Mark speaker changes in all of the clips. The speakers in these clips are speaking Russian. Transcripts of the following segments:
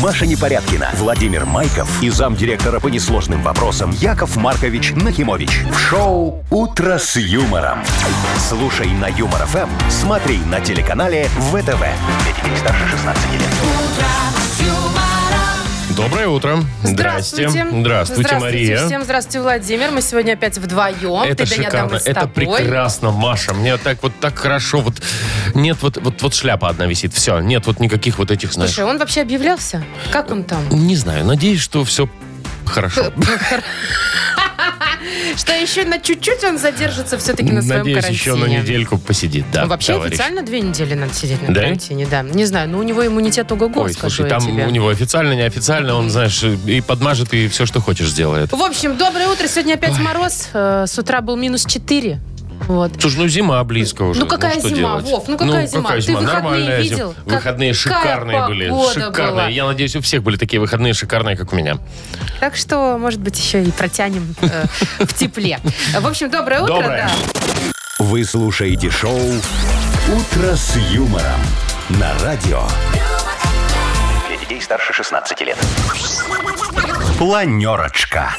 Speaker 1: Маша Непорядкина, Владимир Майков и замдиректора по несложным вопросам Яков Маркович Нахимович. В шоу «Утро с юмором». Слушай на Юмор ФМ, смотри на телеканале ВТВ. Для детей старше 16 лет.
Speaker 2: Доброе утро.
Speaker 3: Здравствуйте.
Speaker 2: Здрасте. Здравствуйте, Мария.
Speaker 3: Всем здравствуйте, Владимир. Мы сегодня опять вдвоем.
Speaker 2: Это
Speaker 3: Ты, Даня,
Speaker 2: шикарно,
Speaker 3: Адамов с
Speaker 2: это
Speaker 3: тобой.
Speaker 2: прекрасно, Маша. Мне так вот так хорошо. Вот нет, вот вот вот шляпа одна висит. Все, нет вот никаких вот этих, знаешь.
Speaker 3: Слушай, он вообще объявлялся? Как он там?
Speaker 2: Не знаю, надеюсь, что все хорошо.
Speaker 3: Что еще на чуть-чуть он задержится все-таки на своем
Speaker 2: Надеюсь,
Speaker 3: карантине?
Speaker 2: еще на недельку посидит, да.
Speaker 3: Ну, вообще
Speaker 2: товарищ.
Speaker 3: официально две недели надо сидеть на
Speaker 2: Да?
Speaker 3: карантине, да. Не знаю, но у него иммунитет ого-го,
Speaker 2: Ой,
Speaker 3: скажу
Speaker 2: слушай,
Speaker 3: я
Speaker 2: там
Speaker 3: тебе.
Speaker 2: у него официально, неофициально, он, знаешь, и подмажет, и все, что хочешь, сделает.
Speaker 3: В общем, доброе утро. Сегодня опять мороз. Э, С утра был минус 4. Вот.
Speaker 2: Слушай, ну зима близко уже.
Speaker 3: Ну какая
Speaker 2: что
Speaker 3: зима,
Speaker 2: делать?
Speaker 3: Вов, ну какая зима? Ты выходные
Speaker 2: Нормальная зима.
Speaker 3: видел? Как-
Speaker 2: Выходные шикарные
Speaker 3: какая
Speaker 2: были.
Speaker 3: погода
Speaker 2: Шикарные.
Speaker 3: была?
Speaker 2: Я надеюсь, у всех были такие выходные шикарные, как у меня.
Speaker 3: Так что, может быть, еще и протянем э, в тепле. В общем, доброе утро.
Speaker 2: Доброе.
Speaker 3: да.
Speaker 1: Вы слушаете шоу «Утро с юмором» на радио. Для детей старше 16 лет. Планерочка.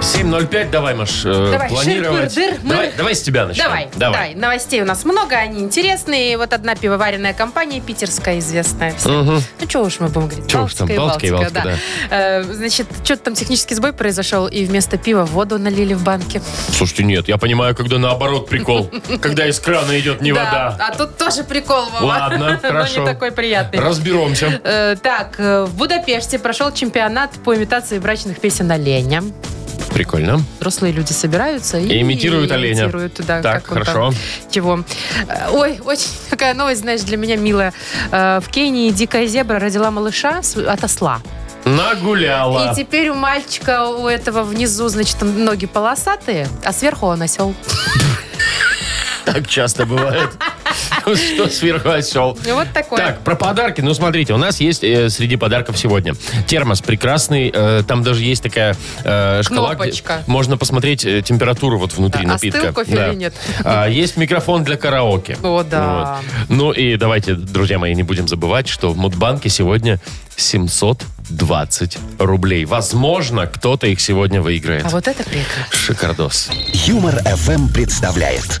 Speaker 2: 7.05, давай, Маш, э,
Speaker 3: Давай,
Speaker 2: планировать.
Speaker 3: шир-пыр-дыр, мыр.
Speaker 2: давай, давай с тебя начнем.
Speaker 3: Давай, давай, Новостей у нас много, они интересные. И вот одна пивоваренная компания, питерская, известная. всем. Ну, чего уж мы будем говорить.
Speaker 2: Чё уж там, Балтика и Балтика,
Speaker 3: Э, значит, что-то там технический сбой произошел, и вместо пива воду налили в банке.
Speaker 2: Слушайте, нет, я понимаю, когда наоборот прикол. Когда из крана идет не
Speaker 3: Да,
Speaker 2: вода.
Speaker 3: А тут тоже прикол, Вова.
Speaker 2: Ладно, хорошо.
Speaker 3: Но не такой приятный.
Speaker 2: Разберемся.
Speaker 3: Э, Так, э, в Будапеште прошел чемпионат по имитации брачных песен оленя.
Speaker 2: Прикольно.
Speaker 3: Взрослые люди собираются и,
Speaker 2: И имитируют оленя.
Speaker 3: имитируют, да,
Speaker 2: Так,
Speaker 3: как он там,
Speaker 2: хорошо.
Speaker 3: чего. Э, Ой, очень такая новость, знаешь, для меня милая. Э, В Кении дикая зебра родила малыша с- от осла.
Speaker 2: Нагуляла.
Speaker 3: И теперь у мальчика, у этого внизу, значит, ноги полосатые, а сверху он осел.
Speaker 2: Так часто бывает. Ну Что сверху осел.
Speaker 3: Ну, Вот такой.
Speaker 2: Так, про подарки. Ну, смотрите, у нас есть э, среди подарков сегодня термос прекрасный. э, там даже есть такая э, шкала, где
Speaker 3: Кнопочка.
Speaker 2: можно посмотреть э, температуру вот внутри
Speaker 3: Да, а остыл
Speaker 2: напитка.
Speaker 3: кофе или нет?
Speaker 2: А, есть микрофон для караоке.
Speaker 3: О, да.
Speaker 2: Вот. Ну и давайте, друзья мои, не будем забывать, что в Мудбанке сегодня 720 рублей. Возможно, кто-то их сегодня выиграет.
Speaker 3: А вот это прекрасно.
Speaker 2: Шикардос.
Speaker 1: Юмор FM представляет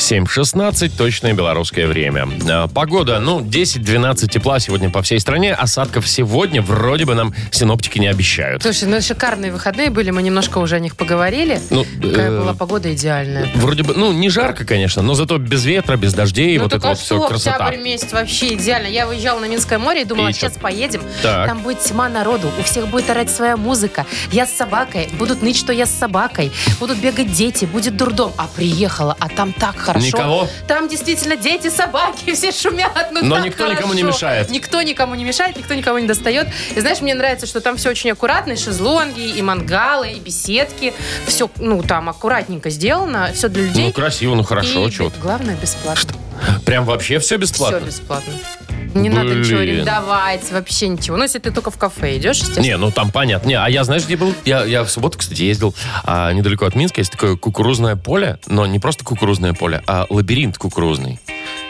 Speaker 2: 7.16, точное белорусское время. Э, Погода, ну, 10-12 тепла сегодня по всей стране. Осадков сегодня вроде бы нам синоптики не обещают.
Speaker 3: Слушай, ну шикарные выходные были, мы немножко уже о них поговорили.
Speaker 2: Ну,
Speaker 3: Какая
Speaker 2: э,
Speaker 3: была погода идеальная.
Speaker 2: Вроде бы, ну, не жарко, конечно, но зато без ветра, без дождей,
Speaker 3: ну
Speaker 2: вот
Speaker 3: так
Speaker 2: это
Speaker 3: а
Speaker 2: вот все
Speaker 3: что,
Speaker 2: красота.
Speaker 3: октябрь месяц вообще идеально. Я выезжала на Минское море и думала,
Speaker 2: И чё?
Speaker 3: сейчас поедем,
Speaker 2: Так.
Speaker 3: там будет тьма народу, у всех будет орать своя музыка. Я с собакой, будут ныть, что я с собакой, будут бегать дети, будет дурдом. А приехала, а там так хорошо.
Speaker 2: Никого?
Speaker 3: Там действительно дети, собаки, все шумят, ну
Speaker 2: Но
Speaker 3: так
Speaker 2: никто
Speaker 3: хорошо.
Speaker 2: никому не мешает.
Speaker 3: Никто никому не мешает, никто никого не достает. И знаешь, мне нравится, что там все очень аккуратно, и шезлонги, и мангалы, и беседки. Все, ну, там аккуратненько сделано, все для людей.
Speaker 2: Ну, красиво, ну, хорошо,
Speaker 3: И
Speaker 2: чего
Speaker 3: Главное, бесплатно.
Speaker 2: Прям вообще все бесплатно?
Speaker 3: Все бесплатно. Не надо ничего
Speaker 2: Блин.
Speaker 3: арендовать, вообще ничего. Ну, если ты только в кафе идешь, естественно.
Speaker 2: Не, ну там понятно. Не, а я, знаешь, где был? Я, я в субботу, кстати, ездил а, недалеко от Минска. Есть такое кукурузное поле, но не просто кукурузное поле, а лабиринт кукурузный.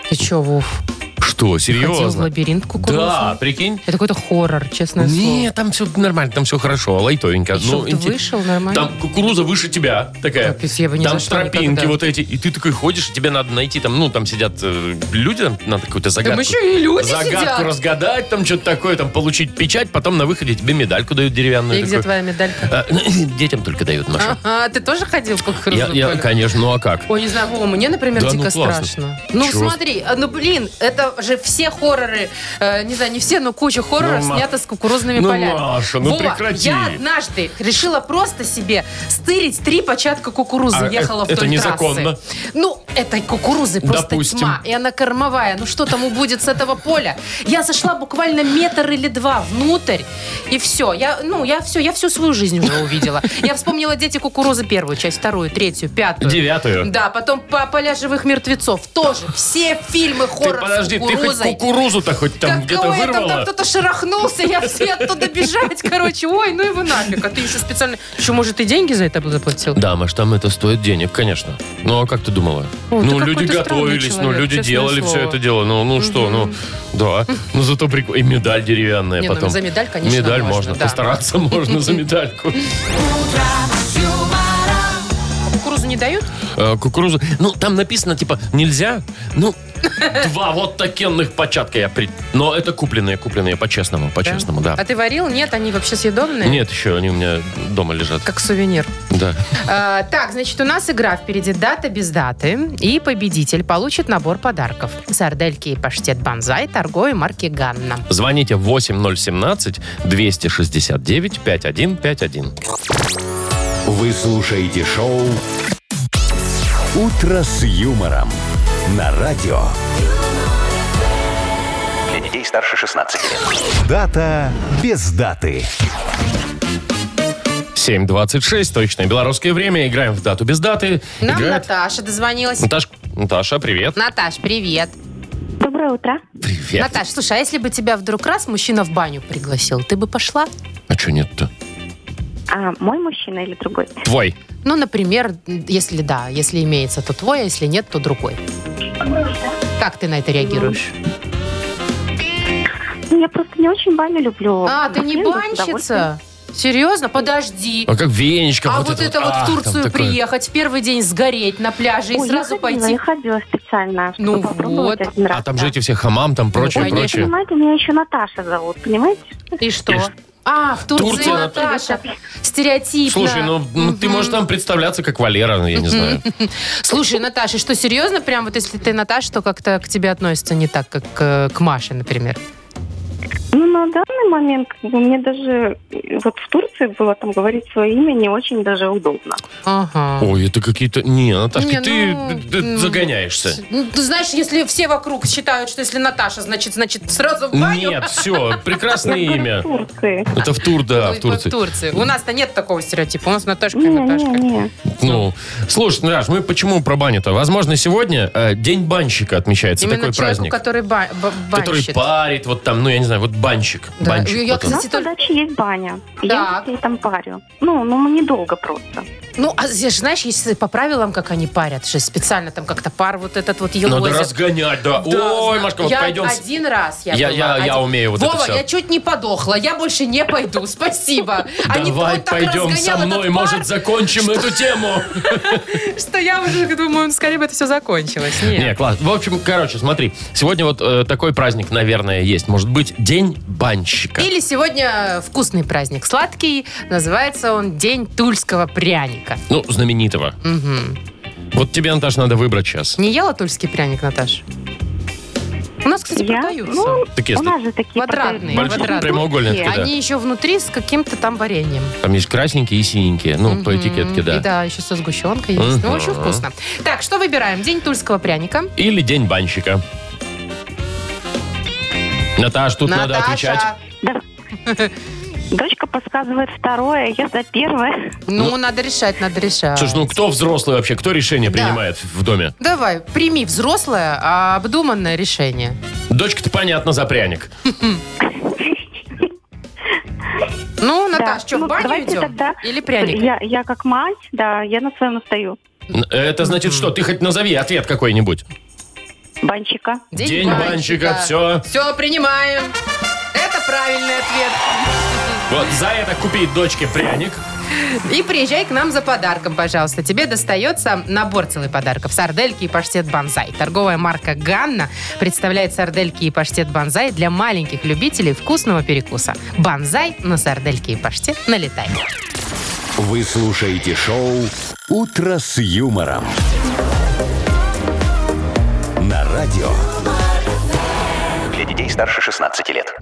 Speaker 3: Ты че, Вов,
Speaker 2: Что,
Speaker 3: ходил в
Speaker 2: серьезно?
Speaker 3: лабиринт кукурузный?
Speaker 2: Да, прикинь.
Speaker 3: Это какой-то хоррор, честное
Speaker 2: Не, там все нормально, там все хорошо, лайтовенько. Ну,
Speaker 3: слово. И чтоб ты
Speaker 2: инте-
Speaker 3: вышел нормально.
Speaker 2: Там кукуруза выше тебя такая.
Speaker 3: Капец, я бы не
Speaker 2: там
Speaker 3: зашла
Speaker 2: тропинки
Speaker 3: никогда.
Speaker 2: вот эти. И ты такой ходишь, и тебе надо найти там, ну, там сидят э, люди, там надо какую-то загадку.
Speaker 3: еще и люди
Speaker 2: загадку
Speaker 3: сидят.
Speaker 2: разгадать, там что-то такое, там получить печать, потом на выходе тебе медальку дают деревянную.
Speaker 3: И где
Speaker 2: такую.
Speaker 3: твоя медалька?
Speaker 2: А, Детям только дают, Маша.
Speaker 3: А, ты тоже ходил по
Speaker 2: Я,
Speaker 3: кукурузному
Speaker 2: я,
Speaker 3: полю?
Speaker 2: конечно, ну а как?
Speaker 3: Ой, не знаю, Вова, мне, например,
Speaker 2: Да ну,
Speaker 3: дико
Speaker 2: классно.
Speaker 3: страшно. Ну,
Speaker 2: Чего?
Speaker 3: смотри, а, ну, блин, это же все хорроры, э, не знаю, не все, но куча хорроров
Speaker 2: Ну, Ма-
Speaker 3: снята с кукурузными
Speaker 2: Ну,
Speaker 3: полями.
Speaker 2: Маша, ну,
Speaker 3: Вова,
Speaker 2: прекрати.
Speaker 3: я однажды решила просто себе стырить три початка кукурузы,
Speaker 2: А,
Speaker 3: ехала
Speaker 2: это-
Speaker 3: вдоль
Speaker 2: это
Speaker 3: трассы.
Speaker 2: незаконно.
Speaker 3: Ну, этой кукурузы просто
Speaker 2: Допустим.
Speaker 3: тьма, и она кормовая, ну что там убудет с этого поля? Я зашла буквально метр или два внутрь, и все, я, ну, я все, я всю свою жизнь уже увидела. Я вспомнила «Дети кукурузы» первую часть, вторую, третью, пятую.
Speaker 2: Девятую.
Speaker 3: Да, потом по «Поля живых мертвецов» тоже. Все фильмы
Speaker 2: Ты
Speaker 3: хоррор с
Speaker 2: подожди, Ты хоть
Speaker 3: кукурузой.
Speaker 2: кукурузу-то хоть там где-то
Speaker 3: Какое там, там
Speaker 2: вырвала?
Speaker 3: кто-то шарахнулся, я все оттуда бежать, короче. Ой, ну его нафиг. А ты еще специально... Еще, может, ты деньги за это заплатил?
Speaker 2: Да, Маш, там это стоит денег, конечно. Ну, а как ты думала?
Speaker 3: О, ты
Speaker 2: ну,
Speaker 3: какой-то
Speaker 2: люди
Speaker 3: странный
Speaker 2: готовились, ну,
Speaker 3: человек,
Speaker 2: люди
Speaker 3: честное
Speaker 2: делали все
Speaker 3: слово.
Speaker 2: это дело. Ну, ну что, ну, да. Ну, зато прикольно. И медаль деревянная
Speaker 3: Не, ну,
Speaker 2: потом.
Speaker 3: за медаль, конечно,
Speaker 2: Медаль
Speaker 3: можно,
Speaker 2: можно,
Speaker 3: да.
Speaker 2: постараться можно за медальку.
Speaker 3: Кукурузу не дают?
Speaker 2: Э, Кукурузу. Ну, там написано, типа, нельзя. Ну, два вот такенных початка я при... Но это купленные, купленные, по-честному, по-честному, да.
Speaker 3: А ты варил? Нет, они вообще съедобные?
Speaker 2: Нет, еще они у меня дома лежат.
Speaker 3: Как сувенир.
Speaker 2: Да.
Speaker 3: А, так, значит, у нас игра впереди дата без даты. И победитель получит набор подарков. Сардельки и паштет банзай торговой марки Ганна.
Speaker 2: Звоните 8017-269-5151.
Speaker 1: Вы слушаете шоу «Утро с юмором» на радио.
Speaker 4: Для детей старше 16 лет.
Speaker 1: Дата без даты.
Speaker 2: 7.26, точное белорусское время. Играем в дату без даты.
Speaker 3: Нам
Speaker 2: Играет
Speaker 3: Наташа дозвонилась.
Speaker 2: Наташ... Наташа, привет.
Speaker 3: Наташ, привет.
Speaker 5: Доброе утро.
Speaker 2: Привет.
Speaker 3: Наташ, слушай, а если бы тебя вдруг раз мужчина в баню пригласил, ты бы пошла?
Speaker 2: А что нет-то?
Speaker 5: А мой мужчина или другой?
Speaker 2: Твой.
Speaker 3: Ну, например, если да, если имеется, то твой, а если нет, то другой. Как ты на это реагируешь?
Speaker 5: Ну, я просто не очень баню люблю.
Speaker 3: А, ты не
Speaker 5: Бассейн был Ну, с удовольствием.
Speaker 3: банщица? Серьезно? Подожди.
Speaker 2: А как венечка
Speaker 3: а вот это вот
Speaker 2: а,
Speaker 3: в
Speaker 2: там
Speaker 3: Турцию
Speaker 2: такое.
Speaker 3: приехать, в первый день сгореть на пляже и
Speaker 5: Ой,
Speaker 3: сразу
Speaker 5: я ходила,
Speaker 3: пойти.
Speaker 5: Я ходила специально, чтобы
Speaker 3: Ну
Speaker 5: попробовать
Speaker 3: вот.
Speaker 5: один раз.
Speaker 2: А там
Speaker 5: да.
Speaker 2: же эти все хамам, там прочее,
Speaker 3: Ну, конечно.
Speaker 2: прочее.
Speaker 5: Понимаете, меня еще Наташа зовут, понимаете?
Speaker 3: И что? А, в Турции
Speaker 2: Турция,
Speaker 3: Наташа. Стереотипно.
Speaker 2: Слушай, ну, ну, ты
Speaker 3: Мгм.
Speaker 2: можешь там представляться как Валера, ну, я не знаю.
Speaker 3: Слушай, Наташа, что, серьезно? Прям вот если ты Наташа, то как-то к тебе относятся не так, как э, к Маше, например.
Speaker 5: Ну, на данный момент как бы, мне даже э, вот в Турции было там говорить свое имя не очень даже удобно.
Speaker 3: Ага.
Speaker 2: Ой, это какие-то... Не, Наташка,
Speaker 3: Не,
Speaker 2: ты
Speaker 3: ну,
Speaker 2: э,
Speaker 3: ну,
Speaker 2: загоняешься.
Speaker 3: Ну, ты знаешь, если все вокруг считают, что если Наташа, значит, значит, сразу в баню.
Speaker 2: Нет, все, прекрасное
Speaker 5: Я говорю,
Speaker 2: имя.
Speaker 5: В Турции.
Speaker 2: Это в тур, да,
Speaker 3: Ой,
Speaker 2: в Турции.
Speaker 3: У нас-то нет такого стереотипа. У нас Наташка и
Speaker 5: Не,
Speaker 3: Наташка.
Speaker 5: не, не.
Speaker 2: Ну, слушай, Наташ, мы почему про баню-то? Возможно, сегодня э, День банщика отмечается,
Speaker 3: Именно
Speaker 2: такой
Speaker 3: человеку,
Speaker 2: праздник.
Speaker 3: который ба- ба-
Speaker 2: Который
Speaker 3: банщит.
Speaker 2: парит, вот там, ну, я не знаю, вот банщик.
Speaker 3: Да,
Speaker 2: банщик
Speaker 3: я,
Speaker 2: вот
Speaker 5: У
Speaker 2: он.
Speaker 3: кстати,
Speaker 5: нас
Speaker 3: Если только-
Speaker 5: на даче есть баня. И Я
Speaker 3: Так.
Speaker 5: с ней там парю. Ну, ну, мы недолго просто.
Speaker 3: Ну, а здесь, знаешь, если по правилам, как они парят, что специально там как-то пар вот этот вот елозит.
Speaker 2: Надо разгонять, Ну, да. Ой, Машка, вот
Speaker 3: я
Speaker 2: пойдем. с-
Speaker 3: один раз я
Speaker 2: Я-
Speaker 3: была,
Speaker 2: я- я
Speaker 3: один-
Speaker 2: умею вот это
Speaker 3: Вова,
Speaker 2: всё.
Speaker 3: я чуть не подохла. Я больше не пойду. Спасибо. А не
Speaker 2: Давай
Speaker 3: он так
Speaker 2: пойдем со
Speaker 3: разгонял
Speaker 2: мной,
Speaker 3: этот пар,
Speaker 2: может, закончим эту тему.
Speaker 3: Что я уже думаю, скорее бы это все закончилось. Нет.
Speaker 2: Не, класс. В общем, короче, смотри, сегодня вот э, такой праздник, наверное, есть. Может быть, День банщика.
Speaker 3: Или сегодня вкусный праздник сладкий. Называется он День тульского пряника.
Speaker 2: Ну, знаменитого.
Speaker 3: Мгм.
Speaker 2: Вот тебе, Наташ, надо выбрать сейчас.
Speaker 3: Не ела тульский пряник, Наташ? У нас, кстати,
Speaker 5: Я?
Speaker 3: продаются.
Speaker 5: Ну,
Speaker 2: Так если
Speaker 5: у нас же такие
Speaker 3: Квадратные,
Speaker 5: продаются.
Speaker 2: большие
Speaker 3: квадратные.
Speaker 2: прямоугольники, да.
Speaker 3: Они еще внутри с каким-то там вареньем.
Speaker 2: Там есть красненькие и синенькие. Ну, по этикетке,
Speaker 3: И
Speaker 2: да.
Speaker 3: да, еще со сгущенкой есть. Ну,
Speaker 2: Мгм.
Speaker 3: очень вкусно. Так, что выбираем? День тульского пряника.
Speaker 2: Или День банщика. Наташ, тут надо отвечать.
Speaker 5: Дочка подсказывает второе, я за первое.
Speaker 3: Ну, надо решать, надо решать.
Speaker 2: Слушай, ну кто взрослый вообще? Кто решение
Speaker 3: Да.
Speaker 2: принимает в доме?
Speaker 3: Давай, прими взрослое, а обдуманное решение.
Speaker 2: Дочка-то, понятно, за пряник.
Speaker 3: Ну, Наташ, что, в
Speaker 5: Ну,
Speaker 3: баню
Speaker 5: давайте
Speaker 3: идем?
Speaker 5: тогда
Speaker 3: Или пряник?
Speaker 5: Я, я как мать, да, я на своем настаю.
Speaker 2: Н- Это значит что? Ты хоть назови ответ какой-нибудь.
Speaker 5: Банчика.
Speaker 2: День банщика, все.
Speaker 3: Все, принимаем. Это правильный ответ.
Speaker 2: Вот за это купи дочке пряник.
Speaker 3: И приезжай к нам за подарком, пожалуйста. Тебе достается набор целый подарков. Сардельки и паштет банзай. Торговая марка «Ганна» представляет сардельки и паштет банзай для маленьких любителей вкусного перекуса. Банзай на сардельки и паштет налетай.
Speaker 1: Вы слушаете шоу «Утро с юмором» на радио.
Speaker 4: Для детей старше 16 лет.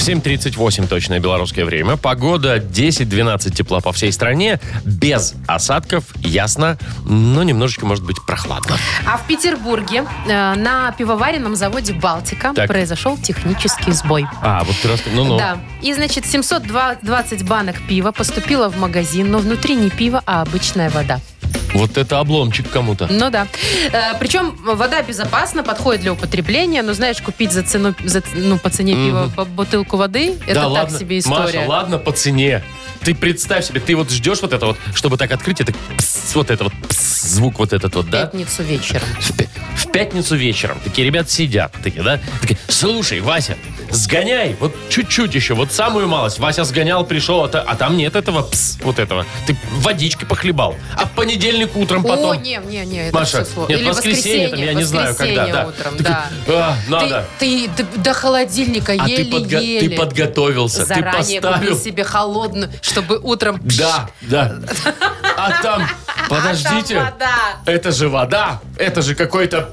Speaker 2: 7.38 точное белорусское время. Погода 10-12 тепла по всей стране. Без осадков, ясно, но немножечко, может быть, прохладно.
Speaker 3: А в Петербурге э, на пивоваренном заводе «Балтика»
Speaker 2: Так.
Speaker 3: произошел технический сбой.
Speaker 2: А, вот ты расскажи. Ну-ну.
Speaker 3: Да. И, значит, 720 банок пива поступило в магазин, но внутри не пиво, а обычная вода.
Speaker 2: Вот это обломчик кому-то.
Speaker 3: Ну да. Э, Причем вода безопасна, подходит для употребления, но знаешь, купить за цену, за, ну, по цене пива по- бутылку воды, это
Speaker 2: да
Speaker 3: так
Speaker 2: ладно,
Speaker 3: себе история.
Speaker 2: Маша, ладно по цене. Ты представь себе, ты вот ждешь вот это вот, чтобы так открыть, это пс, вот это вот пс, звук вот этот вот,
Speaker 3: В
Speaker 2: да?
Speaker 3: Пятницу вечером.
Speaker 2: В пя- В пятницу вечером такие ребята сидят, такие, да? Такие, слушай, Вася, сгоняй, вот чуть-чуть еще, вот самую малость. Вася сгонял, пришел, а, та- а там нет этого, пс, вот этого. Ты водички похлебал, а в понедельник утром
Speaker 3: О,
Speaker 2: Ну, потом...
Speaker 3: не, не, не, это
Speaker 2: Маша,
Speaker 3: все сложно.
Speaker 2: нет, воскресенье, там, я не знаю, когда,
Speaker 3: воскресенье
Speaker 2: да.
Speaker 3: утром,
Speaker 2: Такой,
Speaker 3: да.
Speaker 2: «А, надо.
Speaker 3: Ты, ты д- до холодильника
Speaker 2: А ты, подго-
Speaker 3: еле-еле.
Speaker 2: ты подготовился,
Speaker 3: Заранее
Speaker 2: ты поставил.
Speaker 3: купи себе холодную, чтобы утром...
Speaker 2: Да, да. А там, подождите,
Speaker 3: А там вода.
Speaker 2: это же вода, это же какой-то...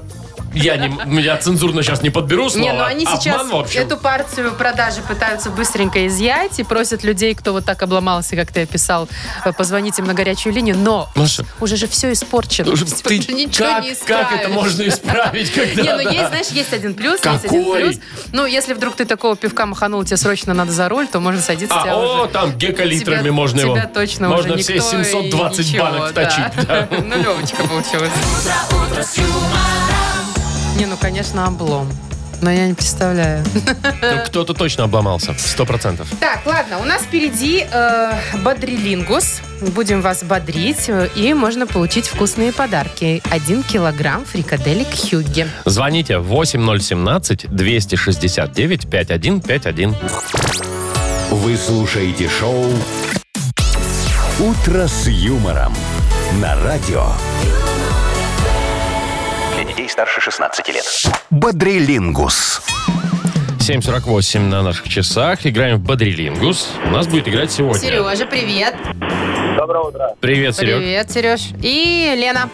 Speaker 2: Я, не, я цензурно сейчас не подберу слово.
Speaker 3: Не, ну они сейчас
Speaker 2: Обман, в общем.
Speaker 3: эту партию продажи пытаются быстренько изъять и просят людей, кто вот так обломался, как ты описал, э, позвонить им на горячую линию. Но
Speaker 2: Маша.
Speaker 3: уже же все испорчено.
Speaker 2: Слушай, ты
Speaker 3: Уже ничего
Speaker 2: как,
Speaker 3: не исправишь.
Speaker 2: как это можно исправить, когда...
Speaker 3: Не, ну есть,
Speaker 2: да?
Speaker 3: знаешь, есть один плюс, есть один
Speaker 2: Какой?
Speaker 3: плюс. Ну, если вдруг ты такого пивка маханул, тебе срочно надо за руль, то можно садиться. тебя
Speaker 2: А,
Speaker 3: уже-
Speaker 2: о, там гекалитрами
Speaker 3: тебя-
Speaker 2: можно его.
Speaker 3: Тебя точно
Speaker 2: можно
Speaker 3: уже
Speaker 2: все
Speaker 3: никто и
Speaker 2: 720
Speaker 3: ничего,
Speaker 2: банок
Speaker 3: да.
Speaker 2: вточить. да.
Speaker 3: Ну, Левочка получилась. Не, ну, конечно, облом. Но я не представляю.
Speaker 2: Ну, кто-то точно обломался, сто процентов.
Speaker 3: Так, ладно, у нас впереди э, бодрилингус. Будем вас бодрить. э, И можно получить вкусные подарки. Один килограмм фрикаделек Хьюги.
Speaker 2: Звоните 8017-269-5151.
Speaker 1: Вы слушаете шоу «Утро с юмором» на радио
Speaker 4: Для детей старше 16 лет.
Speaker 1: «Бодрилингус».
Speaker 2: 7.48 на наших часах. Играем в Бодрилингус. У нас будет играть сегодня.
Speaker 3: Сережа, привет.
Speaker 2: Привет, Серег.
Speaker 3: Привет, Сереж. И Лена.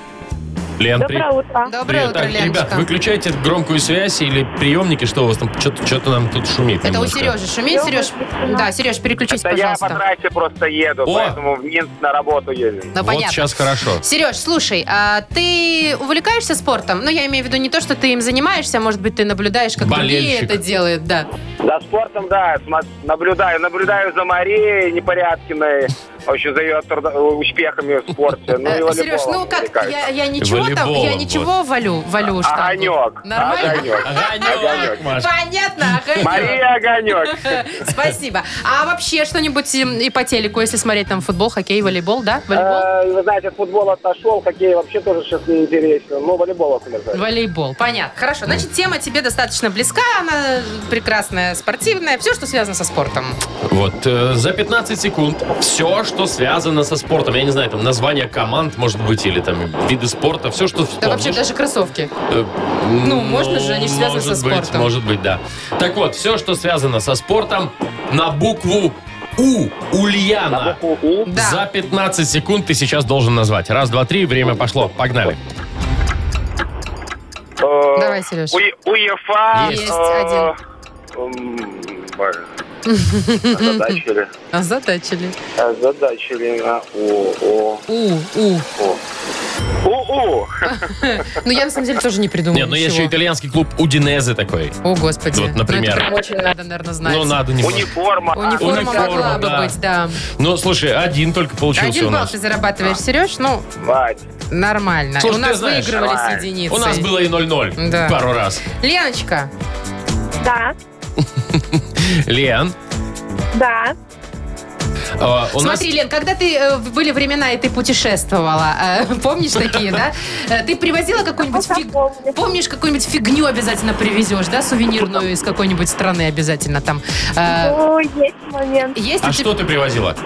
Speaker 2: Лен, при-
Speaker 5: Доброе утро.
Speaker 3: Доброе
Speaker 2: привет.
Speaker 3: утро,
Speaker 2: Так,
Speaker 3: Леночка.
Speaker 2: ребят, выключайте громкую связь или приемники, что у вас там, что-то нам тут шумит
Speaker 3: Это у
Speaker 2: немножко.
Speaker 3: Сережи. Шумит, Сереж? Да, Сереж, переключись,
Speaker 6: Да я по
Speaker 3: пожалуйста.
Speaker 6: трассе просто еду,
Speaker 2: О!
Speaker 6: поэтому в Минск на работу ездим.
Speaker 3: Ну,
Speaker 2: Вот
Speaker 3: понятно.
Speaker 2: сейчас хорошо.
Speaker 3: Сереж, слушай, а ты увлекаешься спортом? Ну, я имею в виду не то, что ты им занимаешься, а может быть, ты наблюдаешь, как другие
Speaker 2: Болельщик.
Speaker 3: это делают, да.
Speaker 6: За спортом, да, сма- наблюдаю. Наблюдаю за Марией Непорядкиной, вообще за ее трудо- успехами в спорте. Ну, и
Speaker 3: Сереж,
Speaker 6: волейболом
Speaker 3: ну как,
Speaker 6: увлекаюсь.
Speaker 3: я, я ничего там, я
Speaker 2: Волейболом,
Speaker 3: ничего валю, валю
Speaker 6: А-
Speaker 3: штангу.
Speaker 6: Огонек.
Speaker 3: Нормально? Ну,
Speaker 6: Огонек.
Speaker 2: Огонек, Маш.
Speaker 3: Понятно, огонек.
Speaker 6: Мария Огонек.
Speaker 3: Спасибо. А вообще что-нибудь эм, и по телеку, если смотреть там футбол, хоккей, волейбол, да? Волейбол?
Speaker 6: Э, Вы знаете, от футбола отошел, хоккей вообще тоже сейчас не интересен. Ну, волейбол особенно.
Speaker 3: Волейбол, понятно. Хорошо, значит, тема тебе достаточно близка, она прекрасная, спортивная, все, что связано со спортом.
Speaker 2: Вот, э, за 15 секунд все, что связано со спортом. Я не знаю, там название команд, может быть, или там виды спорта, все, что
Speaker 3: Да вообще
Speaker 2: вспомнишь.
Speaker 3: даже кроссовки.
Speaker 2: Э,
Speaker 3: Ну, можно же, они ж связаны
Speaker 2: может
Speaker 3: со
Speaker 2: быть,
Speaker 3: спортом.
Speaker 2: Может быть, да. Так вот, все, что связано со спортом, на букву У. Ульяна.
Speaker 6: Уху.
Speaker 3: Да.
Speaker 2: За 15 секунд ты сейчас должен назвать. Раз, два, три, время пошло. Погнали.
Speaker 6: Э,
Speaker 3: Давай, Сереж.
Speaker 6: Уе- УЕФА.
Speaker 3: Есть.
Speaker 6: э,
Speaker 3: Есть
Speaker 6: м, боже. Озадачили.
Speaker 3: А, Озадачили.
Speaker 6: Озадачили. а, О, о,
Speaker 3: У, у.
Speaker 6: о. У-у.
Speaker 3: Ну, я на самом деле тоже не придумала
Speaker 2: Нет, ну есть еще
Speaker 3: ничего.
Speaker 2: итальянский клуб Удинезе такой.
Speaker 3: О, господи.
Speaker 2: Вот,
Speaker 3: Ну, это
Speaker 2: например.
Speaker 3: прям очень надо, наверное, знать.
Speaker 2: Ну, надо немного.
Speaker 6: Униформа.
Speaker 3: Униформа,
Speaker 2: Униформа,
Speaker 3: могла бы
Speaker 2: да.
Speaker 3: быть, да.
Speaker 2: Ну, слушай, один только получился
Speaker 3: Один
Speaker 2: у
Speaker 3: балл
Speaker 2: нас.
Speaker 3: ты зарабатываешь, Сереж, ну,
Speaker 6: Мать.
Speaker 3: нормально.
Speaker 2: Слушай,
Speaker 3: у
Speaker 2: ты
Speaker 3: нас
Speaker 2: знаешь,
Speaker 3: выигрывались
Speaker 6: давай.
Speaker 3: единицы.
Speaker 2: У нас было и 0-0
Speaker 3: Да.
Speaker 2: пару раз.
Speaker 3: Леночка,
Speaker 5: Да,
Speaker 2: Лен,
Speaker 5: да.
Speaker 2: а, у нас...
Speaker 3: смотри, Лен, когда ты э, в- были времена и ты путешествовала, э, помнишь такие, да? Э, Ты привозила какую-нибудь
Speaker 5: Пока
Speaker 3: фиг...
Speaker 5: помню.
Speaker 3: Помнишь, какую-нибудь фигню обязательно привезешь, да, сувенирную из какой-нибудь страны обязательно там. Э,
Speaker 5: О, есть момент.
Speaker 3: Есть
Speaker 2: А
Speaker 3: у тебя-
Speaker 2: что ты привозила?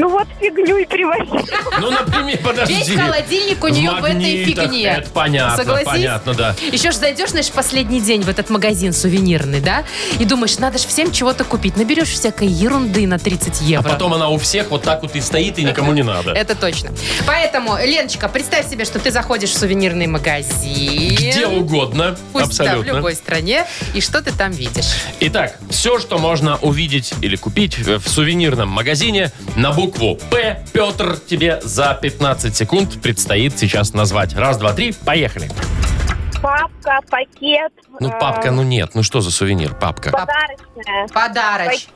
Speaker 5: Ну вот фигню и привозить.
Speaker 2: Ну, например,
Speaker 3: Весь
Speaker 2: подожди.
Speaker 3: холодильник у
Speaker 2: В
Speaker 3: нее в этой
Speaker 2: магнитах,
Speaker 3: фигне.
Speaker 2: Это понятно,
Speaker 3: Согласись?
Speaker 2: понятно, да.
Speaker 3: Еще ж зайдешь, знаешь, в последний день в этот магазин сувенирный, да? И думаешь, надо же всем чего-то купить. Наберешь всякой ерунды на 30
Speaker 2: А
Speaker 3: евро.
Speaker 2: потом она у всех вот так вот и стоит, и никому не надо.
Speaker 3: Это точно. Поэтому, Леночка, представь себе, что ты заходишь в сувенирный магазин.
Speaker 2: Где угодно,
Speaker 3: э, Пусть да, в
Speaker 2: абсолютно.
Speaker 3: любой стране. И что ты там видишь?
Speaker 2: Итак, все, что можно увидеть или купить в сувенирном магазине на букву «П», Петр, тебе за 15 секунд предстоит сейчас назвать. Раз, два, три, поехали.
Speaker 5: Папка, пакет.
Speaker 2: Ну,
Speaker 5: э,
Speaker 2: папка, ну нет, ну что за сувенир, папка?
Speaker 5: Подарочная.
Speaker 3: Подарочек.